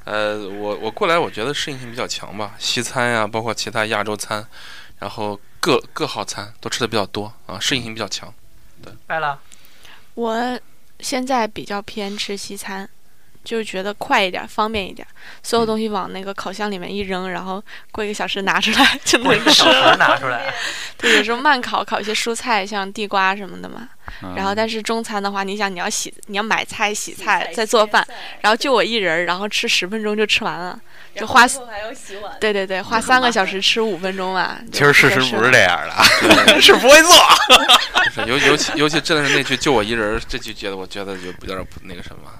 F: 呃，我我过来我觉得适应性比较强吧，西餐呀、包括其他亚洲餐，然后各各号餐都吃的比较多啊，适应性比较强。
C: 拜了，
D: 我现在比较偏吃西餐，就是觉得快一点，方便一点，所有东西往那个烤箱里面一扔，然后过一个小时拿出来就
C: 过一
D: 能
C: 个
D: 吃
C: 小时
D: 了。
C: 拿出来，
D: 对，有时候慢烤烤一些蔬菜，像地瓜什么的嘛。
E: 嗯
D: 然后，但是中餐的话，你想你要洗，你要买菜、洗菜，
G: 洗
D: 再做
G: 切
D: 饭，
G: 菜
D: 然后就我一人儿，然后吃十分钟就吃完了。就花
G: 然后还要洗碗。
D: 对对对，花三个小时吃五分钟嘛。
E: 其实事实不是
D: 这。
E: 这样的啊，是不会做。
F: 就是尤尤其尤其真的是那句“就我一人儿”这句，觉得我觉得就有点儿不那个什么。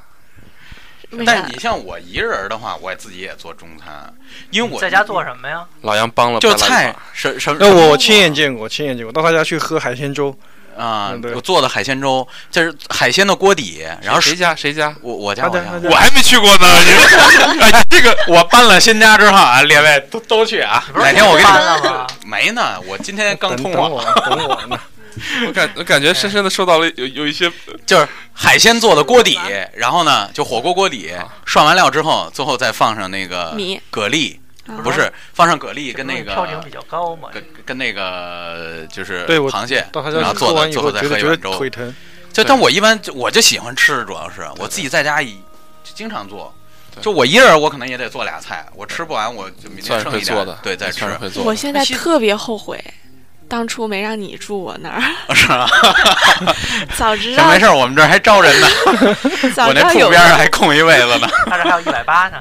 D: 为啥
E: 但你像我一个人的话，我自己也做中餐，因为我
C: 在家做什么呀？
F: 老杨帮了
E: 就
F: 白拉一
E: 菜
F: 把
E: 什什么。
A: 那我亲眼见过，亲眼见过，到他家去喝海鲜粥，
E: 啊
A: 嗯对，
E: 我做的海鲜粥，这是海鲜的锅底，然后
F: 谁
E: 是
F: 家谁家？
E: 我我家
A: 他
E: 我
A: 家
E: 家
A: 他
E: 我
A: 家
F: 我还没去过呢。
E: 哎，这个我搬了新家之后啊， 列位都都去啊
C: 你。不是
E: 哪天我给
C: 搬了吗
E: 你 没呢？我今天刚
A: 等
E: 通
A: 等
E: 网，
A: 我等我 呢，
F: 我感我感觉深深的受到了有有一些
E: 就是海鲜做的 锅底，然后呢，就火锅锅底
C: 啊
E: 涮完料之后，最后再放上那个
D: 米
E: 蛤蜊，
D: 啊
E: 不是放上蛤蜊跟
C: 这
E: 那
C: 不是嘌呤
E: 个
C: 比较高嘛，
E: 跟跟那个就是
A: 对我
E: 螃蟹，
A: 到他
E: 然
A: 家
E: 后
A: 去
E: 做的
A: 喝完以
E: 最
A: 后
E: 后再
A: 觉
E: 喝
A: 得
E: 一
A: 觉
E: 碗
A: 得
E: 粥
A: 腿。疼，
E: 就
F: 对
E: 但我一般就我就喜欢吃，主要是我自己在家一就经常做。
F: 对
E: 就我一人，我可能也得做俩菜，我吃不完，我就明
F: 算
E: 天
F: 是
E: 剩
F: 会
E: 一点
F: 做的，
E: 对，再吃
F: 算是会做
D: 我
F: 的。
D: 现在
E: 其实
D: 特别后悔，当初没让你住我那儿。
E: 是吧？
D: 早知
E: 行，
D: 道
E: 没事儿，我们这儿还招人呢，
D: 早
E: 我
D: 知
E: 那
D: 道
E: 铺
D: 有
E: 边上还空一位子 呢，
C: 他这还有一百八呢。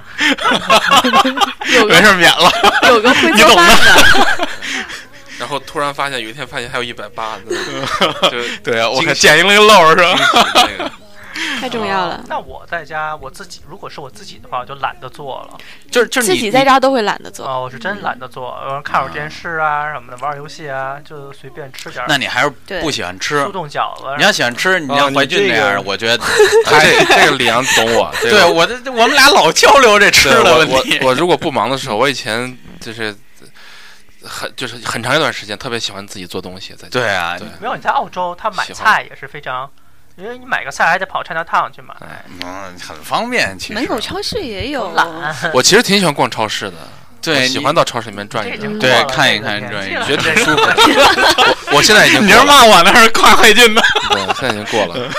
D: 有
E: 没
D: 个
E: 事儿，免了。
D: 有个会
E: 你懂
D: 做饭的，
F: 然后突然发现有一天发现还有一百八， 就
E: 对啊，我
F: 惊
E: 可
F: 喜
E: 捡一个漏是吧？
F: 那 个
D: 太 重要了。
C: 那我在家我自己，如果是我自己的话，我就懒得做了。
E: 嗯就是哦就是
D: 自
E: 你哦
D: 己在家都会懒得做，
C: 啊，我是真懒得做，呃看会儿电视啊什么的，玩会儿游戏啊，就随便吃点儿
E: 那你还是
G: 对
E: 不喜欢吃
C: 速。冻饺子。
E: 你要喜欢哦吃，你
A: 啊
E: 像
A: 你
E: 怀俊
A: 这
E: 那样，
A: 个
E: 我觉 得
F: 他这这个李阳懂我，这
E: 对
F: 个
E: 我这我们俩老交流这吃
F: 对
E: 的
F: 我
E: 问题
F: 我。我如果不忙的时候，我以前就是很就是很长一段时间特别喜欢自己做东西，在家
E: 对啊，
F: 对
C: 没有你在澳洲，他买
F: 喜欢
C: 菜也是非常，因为你买个菜还得跑 China Town 去买。
E: 嗯，很方便其实。
G: 门口超市也有。
C: 懒，
F: 我其实挺喜欢逛超市的，我
E: 对
F: 喜欢到超市里面转
C: 这
F: 一
C: 已
F: 转，
C: 经过
E: 对
C: 了
E: 看一
C: 这个
E: 看
C: 年
E: 转一
C: 纪了
F: 觉得挺
C: 这
F: 舒服的。我我现在已经
E: 你
F: 过了，
E: 是骂我呢，还是夸怀俊呢？
F: 对，现在已经过 了。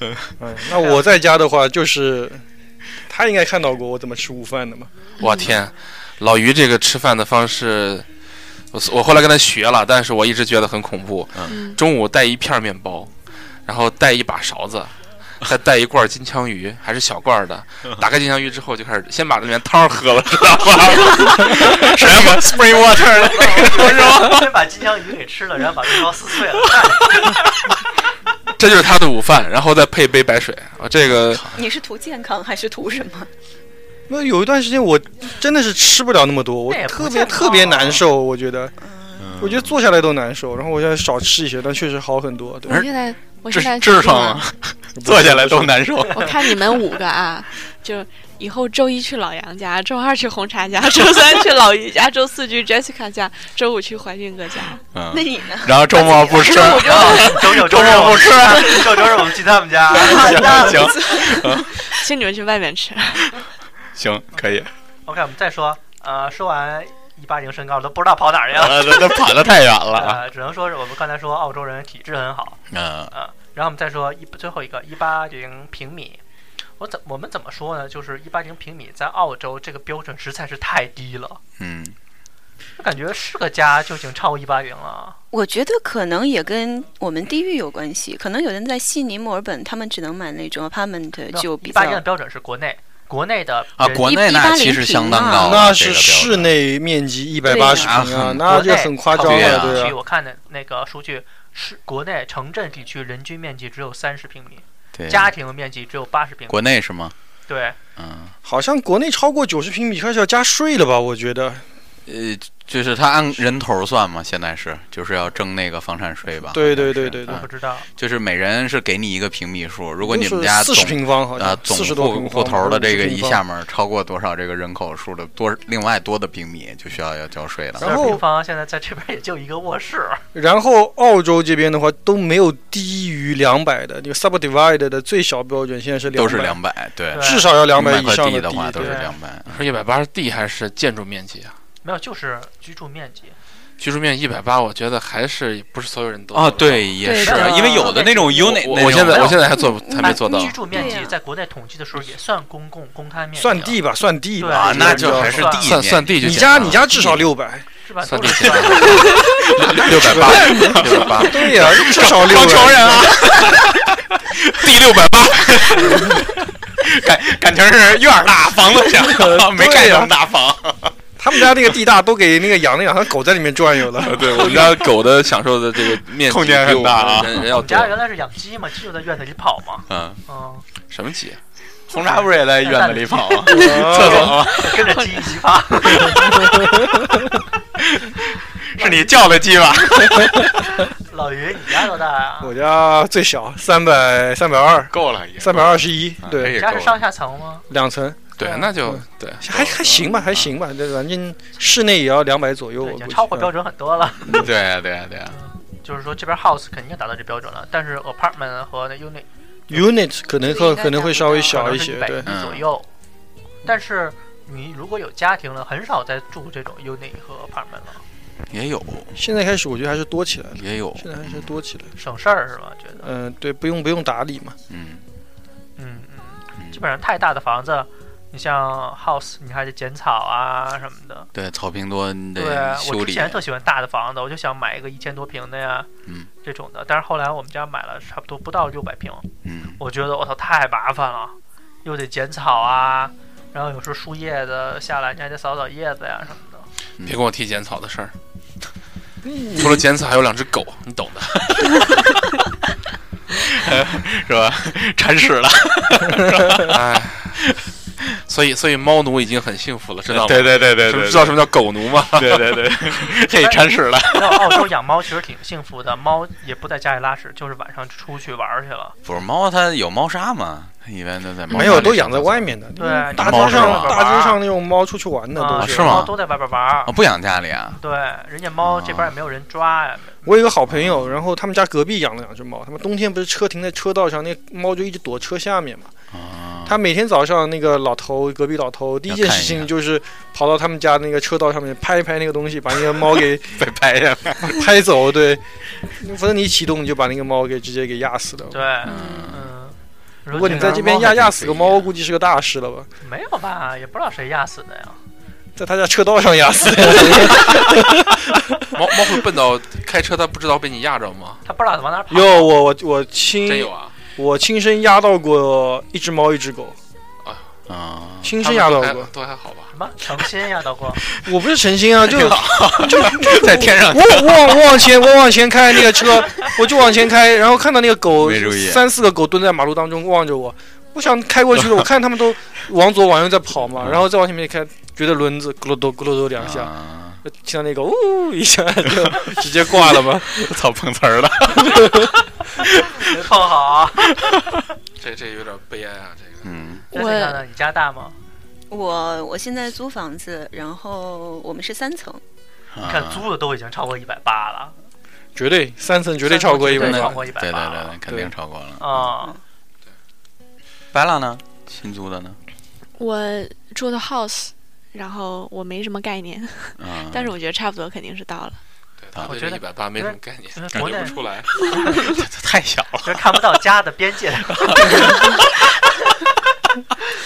A: 嗯，那我在家的话就是，他应该看到过我怎么吃午饭的嘛，
F: 我
E: 嗯
F: 天，老于这个吃饭的方式，我我后来跟他学了，但是我一直觉得很恐怖。
D: 嗯
F: 中午带一片面包，然后带一把勺子。再带一罐金枪鱼，还是小罐 的。打开金枪鱼之后，就开始先把里面汤喝了，知道吧？
E: 什么 spring water 的
C: 那个先把金枪鱼给吃了，然后把面包撕碎了。
F: 这就是哦他的午饭，然后再配一杯白水。啊，这个
E: 嗯
G: 你是图健康还是图什么？
A: 那有一段时间我真的是吃不了那么多，我
C: 那也不
A: 特别
C: 健康啊
A: 特别难受，我觉得，
E: 嗯
A: 我觉得坐下来都难受。然后我现在少吃一些，但确实好很多。对，
E: 哎
D: 我现在我
E: 痔
D: 现在
E: 痔
D: 决定
E: 疮
D: 了，
E: 啊， 坐下来都 难受。
D: 我看你们五个啊，就以后周一去老杨家，周二去红茶家， 周三去老于家，周四去 Jessica 家，周五去怀俊哥家。
E: 嗯
G: 那，你呢？
E: 然后周末 不吃，
C: 周六周日
E: 周末
C: 我
E: 不
C: 们
E: 吃，
C: 周六周日我们去他们家。
E: 行
D: 请你们去外面吃。
E: 行可以。
C: OK，我们再说，呃，说完一八零身高都不知道跑哪儿去 了，
E: 啊，那那跑得太远了啊。
C: 呃，只能说是我们刚才说澳洲人体质很好，
E: 嗯
C: 啊，然后我们再说一最后一个一八零平米，我怎我们怎么说呢？就是一八零平米在澳洲这个标准实在是太低了，
E: 嗯
C: 就感觉是个家就已经超过一八零了。
G: 我觉得可能也跟我们地域有关系，可能有人在悉尼、墨尔本，他们只能买那种 apartment，就
C: 一
G: 比较
C: 八零的标准是国内，国内的
E: 啊，
C: 人
E: 国内那其实相当高了，
A: 那
E: 这个标
A: 是
E: 准
A: 室内面积一百
G: 对
A: 八
G: 呀
A: 十平啊
E: 啊，
A: 那就
C: 国内
A: 很夸张
C: 城
E: 对
A: 了，
E: 啊
C: 镇地
A: 对
C: 区
A: 啊。
C: 我看的那个数据是国内城镇地区人均面积只有三十平米，
E: 对
C: 家庭面积只有八十平米。
E: 国内是吗？
C: 对，
E: 嗯，
A: 好像国内超过九十平米开始要加税了吧？我觉得，
E: 呃，就是他按人头算嘛，现在是就是要征那个房产税吧？
A: 对
E: 好像
A: 对
E: 是啊
A: 对对对
C: 我不知道。
E: 就是每人是给你一个平米数，如
A: 如
E: 果你们家
A: 四
E: 总
A: 十平方好
E: 啊
A: 像，
E: 总
A: 四十多
E: 户户
A: 平方
E: 头的这个一。
A: 40
E: 下面超过多少这个人口数的多，另外多的平米就需要要交税了。
A: 然后
C: 四十平方现在在这边也就一个卧室，
A: 然后澳洲这边的话都没有低于两百的，那个 subdivided 的最小标准现在是
E: 都是
A: 200
E: 两百，对，
C: 对
A: 至少要两百
E: 百
A: 以上
E: 地
A: 地
E: 话都是
A: 对
E: 两百。
F: 是一百八十地还是建筑面积啊？
C: 没有，就是居住面积。
F: 居住面积一百八，我觉得还是不是所有人都
E: 哦，对，也
G: 对
E: 是
G: 的，
E: 因为有的那种 unit，
F: 我
E: 那
F: 我现在
E: 种
F: 我现在还做
C: 嗯
F: 还没做到
C: 居，住面
G: 对啊
C: 积
G: 呀
C: 在国内统计的时候也算公共公摊面积，
A: 算地吧，算地
C: 对
A: 吧，
E: 啊，
A: 这个
E: 那
A: 比较
E: 就还
A: 好
E: 是
C: 算
E: 地
F: 算
E: 面
F: 算地就
A: 你
F: 简
A: 家
F: 单了
A: 你家至少六百，
C: 是吧？
F: 算
C: 都
F: 地
C: 是
F: 就
C: 算
F: 行六百八，六百八，
A: 对呀，至少六百。
E: 人啊，地六百八， 感感情是院儿大房子 小，没盖那么大房。
A: 他们家那个地大都给那个养了养条狗在里面转悠了。
F: 对我们家狗的享受的这个面积
E: 空间
F: 比
E: 很大啊
F: 我们人人要
C: 我们家原
F: 多。
C: 来是养鸡嘛，鸡就在院子里跑嘛，
E: 嗯，
C: 嗯，
F: 什么
E: 啊
F: 鸡？
E: 红茶不是也在院子里跑 吗？厕
A: 厕
E: 所吗？
C: 跟着 鸡一起跑。
E: 是你叫的鸡吧？
C: 老于，你家多大啊？
A: 我家最小三百三百二
E: 够了，也
A: 三百二十一，
E: 啊可
A: 对，
E: 以
C: 你
E: 够
C: 家是上
E: 了。
C: 下层吗？
A: 两层，
F: 对，那
E: 嗯
F: 就对，
A: 还还行吧，还行
E: 啊
A: 吧，这反正室内也要两百左右，
C: 对，
A: 我啊
C: 已经
A: 估计
C: 超过标准很多了。
E: 对啊，对啊，对啊。
C: 就是说，这边 house 肯定达到这标准了，但是 apartment 和那 unit
A: unit 可能
G: 就
A: 会
G: 应该
A: 可能会稍微
G: 达
A: 小
C: 可能
A: 一
C: 是
A: 些，
C: 百
A: 对，
E: 嗯
C: 一左右。但是你如果有家庭了，很少再住这种 unit 和 apartment 了，
E: 也有，
A: 现在开始我觉得还是多起来了，
E: 也有，
A: 现在还是多起来了，
C: 省事儿是吧？觉得，
A: 嗯、对，不用不用打理嘛，
E: 嗯，
C: 嗯嗯，
E: 嗯
C: 基本上太大的房子，你像 house，你还得剪草啊什么的。
E: 对，草坪多，你
C: 对啊
E: 得，
C: 我
E: 修
C: 之
E: 理。
C: 前特喜欢大的房子，我就想买一个一千多平的呀，
E: 嗯
C: 这种的。但是后来我们家买了差不多不到六百平，
E: 嗯，
C: 我觉得我操太麻烦了，又得剪草啊，然后有时候树叶子下来你还得扫扫叶子呀什 么的。
F: 别跟我提剪草的事儿。
E: 嗯
F: 除了剪草，还有两只狗，你懂的。
E: 是吧？铲屎了，
F: 哎，所以所以猫奴已经很幸福了，知道吗？
E: 对对对对
F: 什么
E: 对，
F: 知道什么叫狗奴吗？
E: 对对 对，这铲屎了。
C: 然后澳洲养猫其实挺幸福的，猫也不在家里拉屎，就是晚上出去玩儿去了。
E: 不是猫，它有猫砂吗？它一般都在猫
A: 没有都养在外面的，
C: 对
A: 嗯大
E: 猫
A: 街
E: 是
A: 上
E: 吧
A: 大街
C: 嗯
A: 上那种猫出去玩的
C: 啊
A: 都
E: 是
A: 是。
E: 吗
C: 猫都在外边玩儿
E: 啊，。不养家里啊？
C: 对，人家猫这边也没有人抓呀。
A: 我有一个好朋友，然后他们家隔壁养了两只猫，他们冬天不是车停在车道上，那猫就一直躲车下面嘛。
E: 啊，
A: 他每天早上那个老头，隔壁老头第一件事
E: 要看一眼
A: 情就是跑到他们家那个车道上面拍一拍那个东西，把那个猫给
E: 被拍下来。
A: 拍走。对，否则你一启动你就把那个猫给直接给压死了。
C: 对，啊
E: 嗯，
C: 哦嗯。
A: 如果你在这
E: 猫
A: 边
E: 还挺
A: 压
E: 可以
A: 压死个猫，
E: 的
A: 估计是个大事了吧？
C: 没有吧？也不知道谁压死的呀。
A: 在他家车道上压死，
F: 猫猫会笨到开车，它不知道被你压着吗？
E: 嗯
C: 他不知道往哪儿跑。
A: 哟，我我我
F: 真
A: 亲
F: 有啊！
A: 我亲身压到过一只猫一只狗，
E: 啊，
A: 亲身 压到
F: 它们都
A: 过
F: 还，都还好吧？
C: 什么诚心呀，道哥？
A: 我不是诚心啊，就
E: 在天上
A: 我我我往前，我往前开那个车，我就往前开，然后看到那个狗
E: 没注意，
A: 三四个狗蹲在马路当中望着我，我想开过去了，我看他们都往左往右在跑嘛，然后再往前面一看，觉得轮子咕噜嘟咕噜嘟两下，
E: 啊
A: 听到那个呜一下就直接挂了嘛。
E: 操碰瓷儿了，
C: 没碰 好啊。
F: 这这有点悲哀啊，这个。
E: 嗯，
C: 那你看呢？你家大吗？
G: 我我现在租房子，然后我们是三层，
E: 你
A: 嗯
C: 你看租的都已经超过一百八了，
A: 绝对三层绝对超过一百
C: 三层绝对
A: 八啊
C: 超，过180
E: 对对对
C: 了
E: 对，肯定超过了。
C: 嗯，
E: 白蜡呢？新租的呢？
D: 我住的 house，然后我没什么概念，
E: 嗯，
D: 但是我觉得差不多肯定是到了。
F: 对，
E: 啊
F: 他
C: 我
F: 对
C: 觉
F: 这
C: 得
F: 一百八没什么概念，
C: 因为
F: 感
C: 国
F: 觉
C: 内
F: 不出来。
E: 太小了，
C: 就是看不到家的边 界。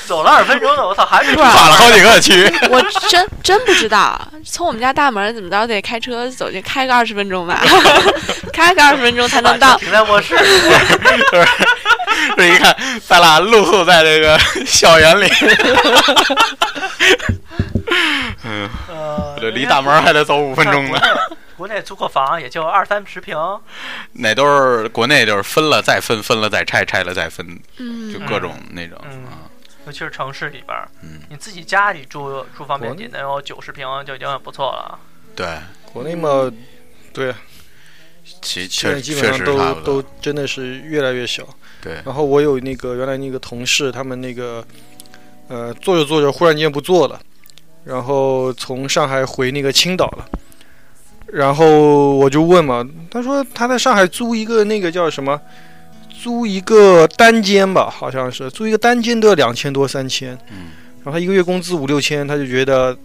C: 走了二分钟了，我操，还没出来。
E: 跨了好几个区。
D: 我真真不知道，从我们家大门怎么着得开车走进，开个二十分钟吧， 开个二十分钟才能
C: 把车
D: 到。
C: 停在 卧室，
E: 这一看，咱俩露宿在这个 校园里，嗯，
C: 呃，
E: 这离大门还得走五分钟呢。
C: 国内租个房也就二三十平，
E: 那都是国内就是分了再分，分了再拆，拆了再分，就
D: 嗯，
E: 各种那种
C: 嗯
E: 啊。
C: 尤其是城市里边儿，
E: 嗯
C: 你自己家里住住方面
A: 国内
C: 得能有九十平就已经很不错了。
E: 对，
A: 国内嘛，对，
E: 其
A: 现
E: 确
A: 在基
E: 确
A: 本上
E: 实差不
A: 都
E: 多
A: 都。真的是越来越小。
E: 对，
A: 然后我有那个原来那个同事，他们那个呃做着做着忽然间不做了，然后从上海回那个青岛了。然后我就问嘛，他说他在上海租一个那个叫什么，租一个单间吧，好像是租一个单间都要两千多三千，
E: 嗯，
A: 然后他一个月工资五六千，他就觉得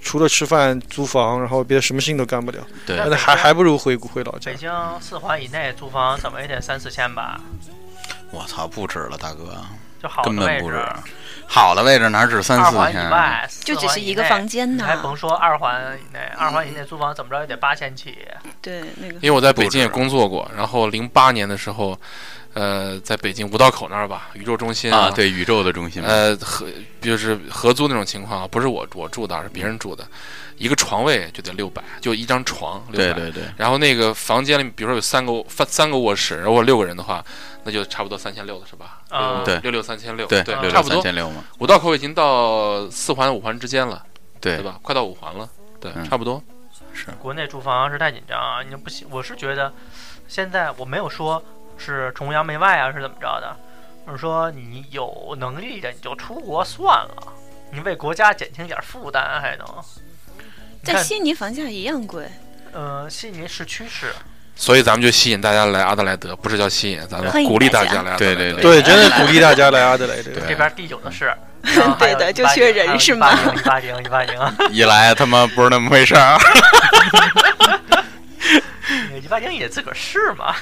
A: 除了吃饭、租房，然后别的什么事情都干不了，
E: 对
C: 那
A: 那还还不如回回老家
C: 北。京四环以内租房怎么也得三四千吧，
E: 我操，不止了，大哥，啊
C: 就好的
E: 根本
C: 位
E: 不
C: 置
E: 止。。好的位置哪止三
C: 二
E: 四
C: 环以
E: 千？
C: 外，
G: 就只是一个
C: 四环以内
G: 房间
C: 哎你还甭
G: 呢。
C: 说二环以内，二环以内租房怎么着也得八千起。
G: 对，那个
F: 因为我在北
E: 不
F: 京也
E: 止
F: 工作过，然后零八年的时候，呃，在北京五道口那儿吧，宇宙中心
E: 啊，，对，宇宙的中心嘛。
F: 呃，合就是合租那种情况啊，不是我我住的啊，是别人住的，一个床位就得六百，就一张床六
E: 对
F: 百。
E: 对对，
F: 然后那个房间里，比如说有三个三三个卧室，如果六个人的话，那就差不多三千六了，是吧？
C: 啊
F: 六
E: 对
F: 六六三千六，
E: 对
F: 对，
E: 六
F: 差
E: 六
F: 不
E: 三
F: 多。
E: 千六嘛，
F: 五道口已经到四环五环之间了，
E: 对
F: 对吧？快到五环了，对，
E: 嗯
F: 差不多。
C: 国内住房是太紧张啊，你就不行。我是觉得现在我没有说是崇洋媚外啊，是怎么着的，我是说你有能力的你就出国算了，你为国家减轻点负担还能。你
G: 在
C: 看，
G: 悉尼房价一样贵，
C: 呃，悉尼是趋势，
F: 所以咱们就吸引大家来阿德莱德，不是叫吸引，咱
G: 欢
F: 们
G: 迎
F: 鼓励
G: 大
F: 大
G: 家
F: 家来阿德
E: 对
F: 莱德。
E: 对
A: 对，真的鼓励大家来阿德莱德。
E: 对
C: 这边第九的是，然后还有
G: 对的就
C: 180
G: 缺人是吗
C: 180 180 180
E: 一来他妈不是那么回事儿。
C: 180也自个儿试嘛，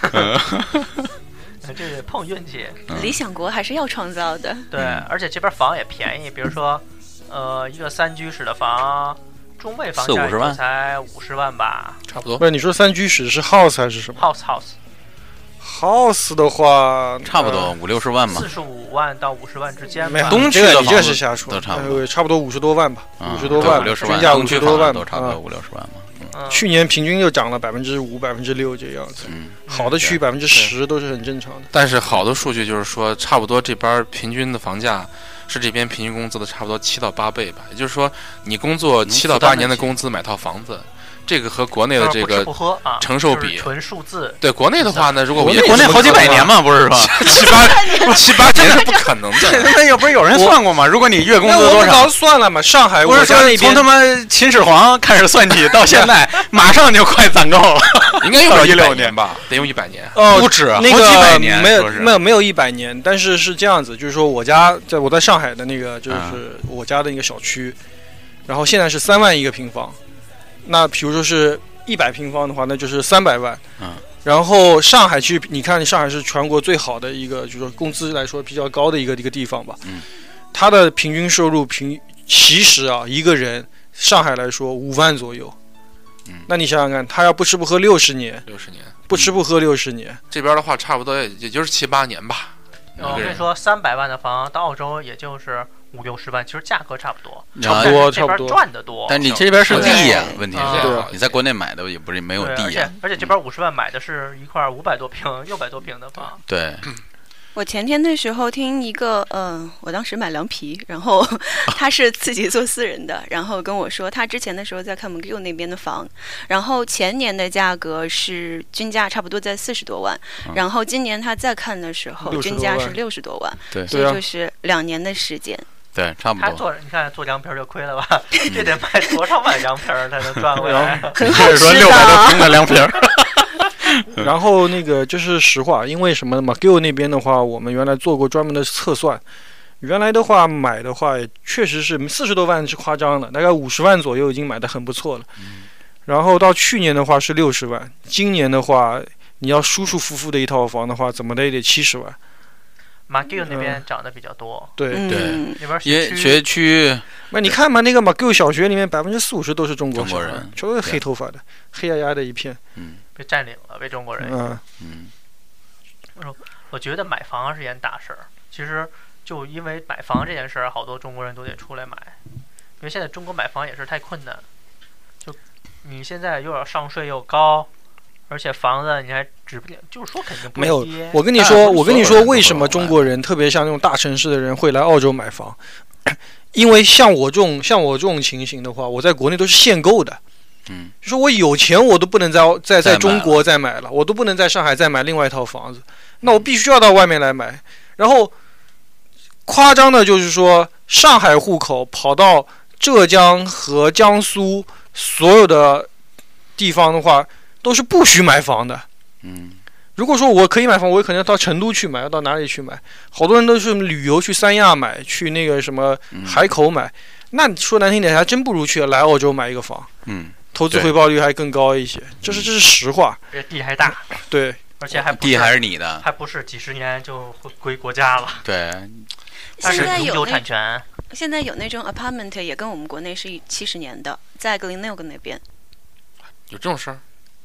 C: 这得碰运气。
E: 嗯
G: 理想国还是要创造的。
C: 对
E: 嗯，
C: 而且这边房也便宜，比如说，呃，一个三居室的房，中位房
E: 四
C: 价
E: 五十万
C: 也就才五十万吧
F: 差不多
A: 不。是你说三居室是 house 还是什么
C: ，house house
A: ？house 的话， 呃
E: 差不多五六十万吧
C: 四。十五万到五十万之间
A: 没有
C: 吧。嗯
E: 东区
A: 这
E: 的
A: 个你这
E: 房
A: 是
E: 子
A: 瞎说，
E: 都差不多
A: 呃差不多五十多万吧，
E: 啊
A: 五十多
E: 对
A: 万，
E: 五六十
A: 均
E: 万，
A: 价
E: 东
A: 五
E: 区
A: 十
E: 房
A: 多
E: 子
A: 万
E: 都差不
A: 啊
E: 多五六十万嘛。
C: 嗯，
A: 去年平均又涨了百分之五、百分之六这个样子，
E: 嗯，
A: 好的区百分之十都是很正常的。
F: 但是好的数据就是说，差不多这边儿平均的房价是这边平均工资的差不多七到八倍吧。也就是说，你工作七到八年的工资买套房子，这个和国内的
C: 就是
F: 这
C: 不吃
F: 个
C: 不喝啊，
F: 承受
C: 就是
F: 比
C: 纯数字，
F: 对国内的话呢，如果我
E: 国
F: 也
E: 内国内好几百年
F: 嘛，
E: 嘛，不 是说
F: 七八 七八年是不可能
E: 这
F: 的。
E: 他妈又不是有人算过吗？如果你月工
A: 那
E: 资
A: 我
E: 多
A: 们
E: 少
A: 早？算了嘛，上海
E: 不是
A: 我家
E: 说
A: 那
E: 从他
A: 边
E: 妈秦始皇开始算起到现 在，马上就快攒够了，
F: 应该用不了
E: 一
F: 一
E: 六
F: 百
E: 年
F: 年吧，得用一百年。
A: 哦
E: 不止，
A: 那
E: 好几百
A: 个
E: 年，
A: 没有
E: 说是
A: 没有没有一百年，但是是这样子，就是说我家在我在上海的那个就是
E: 嗯
A: 我家的一个小区，然后现在是三万一个平方，那比如说是一百平方的话，那就是三百万，
E: 嗯，
A: 然后上海去，你看上海是全国最好的一个，就是说工资来说比较高的一个一个地方吧，
E: 嗯，
A: 它的平均收入平其实啊一个人上海来说五万左右，
E: 嗯
A: 那你想想看，他要不吃不喝六十年，
F: 六十年
A: 不吃不喝六十年。
F: 这边的话，差不多也也就是七八年吧。
E: 嗯
C: 呃 我跟你说，三百万的房到澳洲也就是五六十万，其实价格差不多，
E: 差不
A: 多
C: 但是这
A: 差不
C: 边
A: 多
C: 赚的多。
E: 啊但你这边是地呀，
G: 对
E: 问题
C: 啊
A: 对
E: 是
A: 啊
E: 你在国内买的也不是没有
C: 对，而
E: 地
C: 且
E: 呀，
C: 而且这边五十万买的是一块五百多平、六百多平的房，
E: 对，
G: 我前天的时候听一个，呃，我当时买凉皮，然 后他是自己做私人的，然后跟我说他之前的时候在看 MQ 那边的房，然后前年的价格是均价差不多在四十多万，
E: 嗯
G: 然后今年他再看的时候
A: 60
G: 均价
A: 啊多
G: 是
A: 万
G: 六十多万，
E: 对
G: 所以
A: 对啊
G: 就是两年的时间。
E: 对，差不
C: 他
E: 嗯多。嗯
C: 做你看做凉皮儿就亏了吧？这得卖多少碗凉皮儿才能赚回来？
E: 很好说
G: 吃的
E: 六百多平的凉皮儿， 嗯
A: 然后那个就是实话，因为什么嘛 g i l 那边的话，我们原来做过专门的测算。原来的话买的话，确实是四十多万是夸张了，大概五十万左右已经买的很不错了。
E: 嗯
A: 然后到去年的话是六十万，今年的话你要舒舒服服的一套房的话，怎么的也得七十万。
C: 马 Q 那
A: 嗯
C: 边涨得比较多，
A: 对，
G: 嗯，
C: 那边
E: 因
C: 学
E: 为
C: 区
E: 学区
A: 那你看嘛，那个马 g i l 小学里面百分之四五十都是中国
E: 中
A: 小
E: 国
A: 孩
E: 人，
A: 全都是黑头发的，黑压压的一片。
C: 被占领了，被中国人。
A: 嗯，
E: 嗯，
C: 我觉得买房是件大事儿，其实就因为买房这件事儿，好多中国人都得出来买，因为现在中国买房也是太困难，就你现在又要上税又高，而且房子你还指不定，就是说肯定不
A: 没有
C: 会跌。
A: 我跟你
E: 但
A: 说，
E: 不是
A: 我跟你
E: 所有
A: 说，
E: 人都
A: 为
E: 会
A: 什么
E: 往
A: 中
E: 外
A: 国人，特别像那种大城市的人会来澳洲买房？因为像我这种像我这种情形的话，我在国内都是限购的。
E: 嗯，
A: 就说我有钱，我都不能在澳在在
E: 再买
A: 中国再买了，我都不能在上海再买另外一套房子，那我
E: 嗯
A: 必须要到外面来买。然后夸张的就是说，上海户口跑到浙江和江苏所有的地方的话，都是不许买房的。
E: 嗯，
A: 如果说我可以买房，我也可能要到成都去买，要到哪里去买？好多人都是旅游去三亚买，去那个什么
E: 嗯
A: 海口买。那你说难听点，还真不如去来澳洲买一个房，
E: 嗯，
A: 投资
E: 对
A: 回报率还更高一些。这是这是实话，
C: 而且地还大，
E: 嗯
A: 对，
C: 而且还不
E: 地
C: 是
E: 还是你的，
C: 还不是几十年就会归国家了，
E: 对，
C: 但
G: 现
C: 是
G: 在
C: 永
G: 有
C: 久
G: 那
C: 产权。
G: 现在有那种 apartment 也跟我们国内是七十年的，在格林纽根那边。
F: 有这种事儿？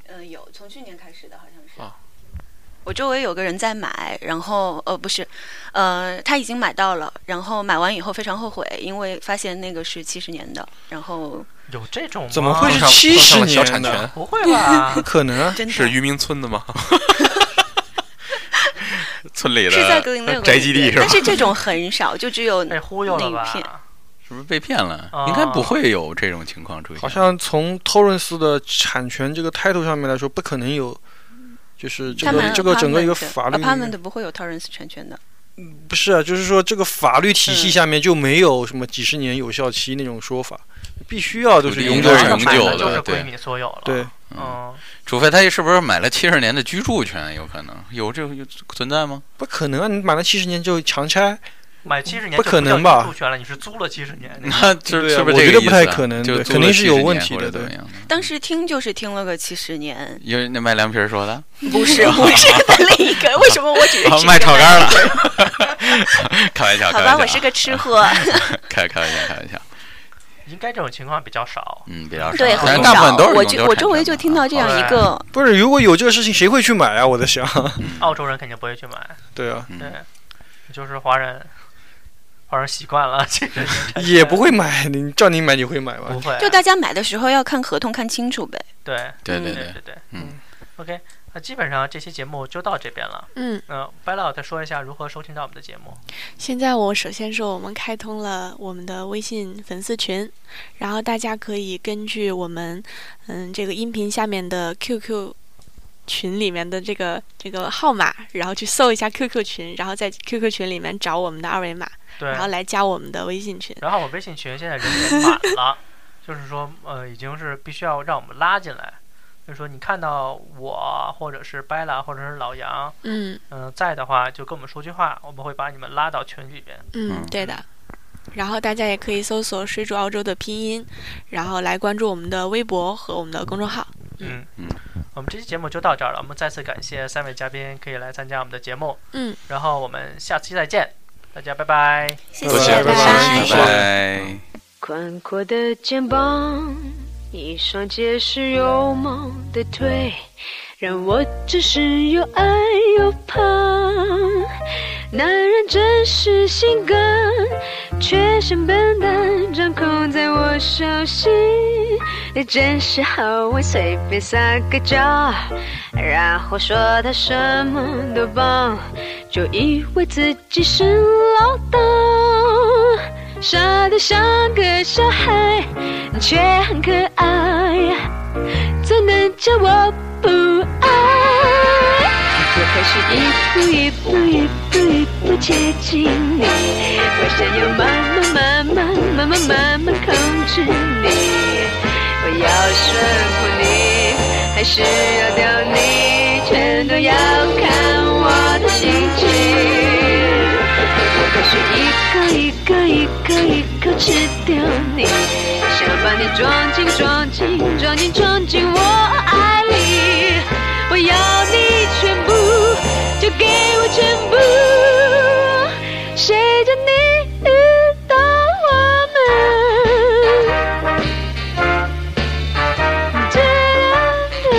G: 嗯、有，从去年开始的，好像是。
F: 啊
G: 我周围有个人在买，然后呃不是，呃他已经买到了，然后买完以后非常后悔，因为发现那个是七十年的，然后
C: 有这种吗？
A: 怎么会
F: 碰
A: 是
F: 上
A: 70
F: 碰上了小
A: 年
F: 产
A: 的
F: 权
C: 不会 吧
A: 不？可能啊。
G: 真的
F: 是渔民村的吗？
E: 村里
G: 是在格林
E: 的
G: 纽
E: 呃宅基地是吧
G: 但？是这种很少，就只
A: 哎
G: 有
C: 被忽悠了
G: 那一片
C: 吧？
E: 是不是被骗了
C: 哦？
E: 应该不会有这种情况出现。
A: 好像从 Torrance 的产权这个 title 上面来说，不可能有，就是这
G: 他
A: 个
G: 们啊
A: 这个整个一个法律
G: apartment 不会有 Torrance 产权的，
A: 不是啊，就是说这个法律体系
G: 嗯
A: 下面就没有什么几十年有效期那种说法，必须要都是
E: 土地
A: 永
E: 应
A: 久
E: 该
A: 产
E: 永
A: 权
C: 买
E: 久
C: 了
E: 的
C: 就是
E: 对
C: 归你所有了。
A: 对，
C: 嗯，
E: 除非他是不是买了七十年的居住权，有可能有这种存在吗？
A: 不可能啊！你买了七十年就强拆，
C: 买七十年
A: 不
C: 就
A: 可
C: 叫
A: 能吧
C: 居住权了，你是租了七十年，你
E: 那这
A: 对 啊
E: 是不是
A: 我
E: 这
A: 觉
E: 个
A: 得
E: 意思
A: 不太
E: 啊
A: 可能
E: 就
A: 对
E: 租
A: 肯
E: 了
A: 定是有
E: 70年
A: 问题
E: 或者
A: 的
E: 怎么
A: 对
E: 样的？
G: 当时听就是听了个七十 年，
E: 因为那卖凉皮儿说 的，
G: 不是不是 另一个，为什么我只认
E: 啊
G: 识一个
E: 卖炒肝了， 开玩笑，
G: 好
E: 开
G: 吧，
E: 玩
G: 我
E: 笑
G: 是个吃 货。
E: 啊，开开玩笑，开玩笑，
C: 应该这种情况比较少。
E: 嗯，比较少，
G: 对，
E: 但
G: 很
E: 是大部分
G: 少。
E: 都是
G: 我
E: 永
G: 就
E: 久
G: 我
E: 产
G: 周围
E: 权
G: 就
E: 的
G: 听到这样一个，
A: 不是？如果有这个事情，谁会去买啊？我在想，
C: 澳洲人肯定不会去买，
A: 对啊，
E: 嗯
C: 对，就是华人，华人习惯了，这个
A: 也不会买，你叫你买你会买
C: 不
A: 吗？
C: 会，啊
G: 就大家买的时候要看合同看清楚呗。
C: 对
E: 对对对
G: 嗯
C: 对，对
E: 嗯
C: ，OK，那基本上这期节目就到这边了。
D: 嗯，
C: 嗯，Bella 再说一下如何收听到我们的节目。
D: 现在我首先说，我们开通了我们的微信粉丝群，然后大家可以根据我们嗯这个音频下面的 QQ 群里面的这个这个号码，然后去搜一下 QQ 群，然后在 QQ 群里面找我们的二维码，
C: 对，
D: 然后来加我们的微信群。
C: 然后我微信群现在人也满了，就是说，呃，已经是必须要让我们拉进来。就是说，你看到我或者是 Bella 或者是老杨，
D: 嗯
C: 嗯、在的话就跟我们说句话，我们会把你们拉到群里边。
D: 嗯
E: 嗯，
D: 对的。然后大家也可以搜索“水煮澳洲”的拼音，然后来关注我们的微博和我们的公众号。
C: 嗯
D: 嗯
E: 嗯
C: 我们这期节目就到这儿了，我们再次感谢三位嘉宾可以来参加我们的节目，
D: 嗯，
C: 然后我们下期再见，大家拜拜。
G: 谢
A: 多
G: 谢，
A: 谢
G: 拜
A: 拜拜
G: 拜
A: 谢
E: 拜
A: 谢
E: 拜。
H: 宽阔的肩膀，一双结实又猛的腿，让我只是又爱又怕。男人真是性感，却像笨蛋，掌控在我手心。你真是好玩，随便撒个娇，然后说他什么都棒。就以为自己是老大，傻的像个小孩，却很可爱，怎能叫我不爱？我开始一步一步一步一步接近你，我想要慢慢慢慢慢慢慢慢控制你，我要驯服你，还是要掉你，全都要看我的心情。我开始一个一个一个一个吃掉你，想把你装进装进装进装进我爱里，我要你全部，就给我全部，谁叫你遇到我们？哒哒哒。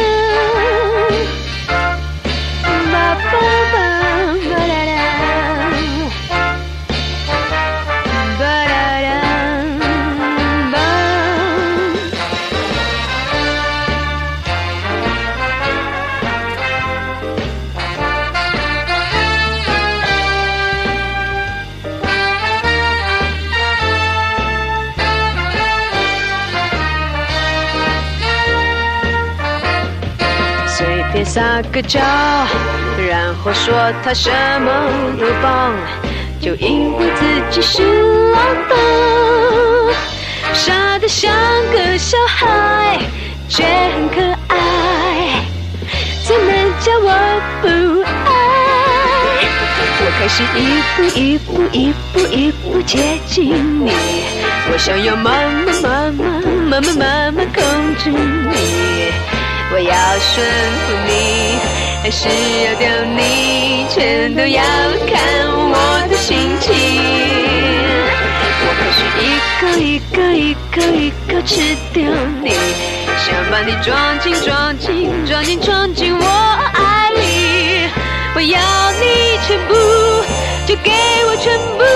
H: Ba ba ba ba da da, ba da da ba. 随便撒个娇，然后说他什么都棒，就以为自己是老大，傻得像个小孩，却很可爱，怎能叫我不爱？我开始一步一步一步一步接近你，我想要慢慢慢慢慢慢慢慢控制你。我要驯服你，还是要掉你，全都要看我的心情。我开始一个一个一个一个吃掉你，想把你装进装进装进装进我爱里，我要你全部，就给我全部。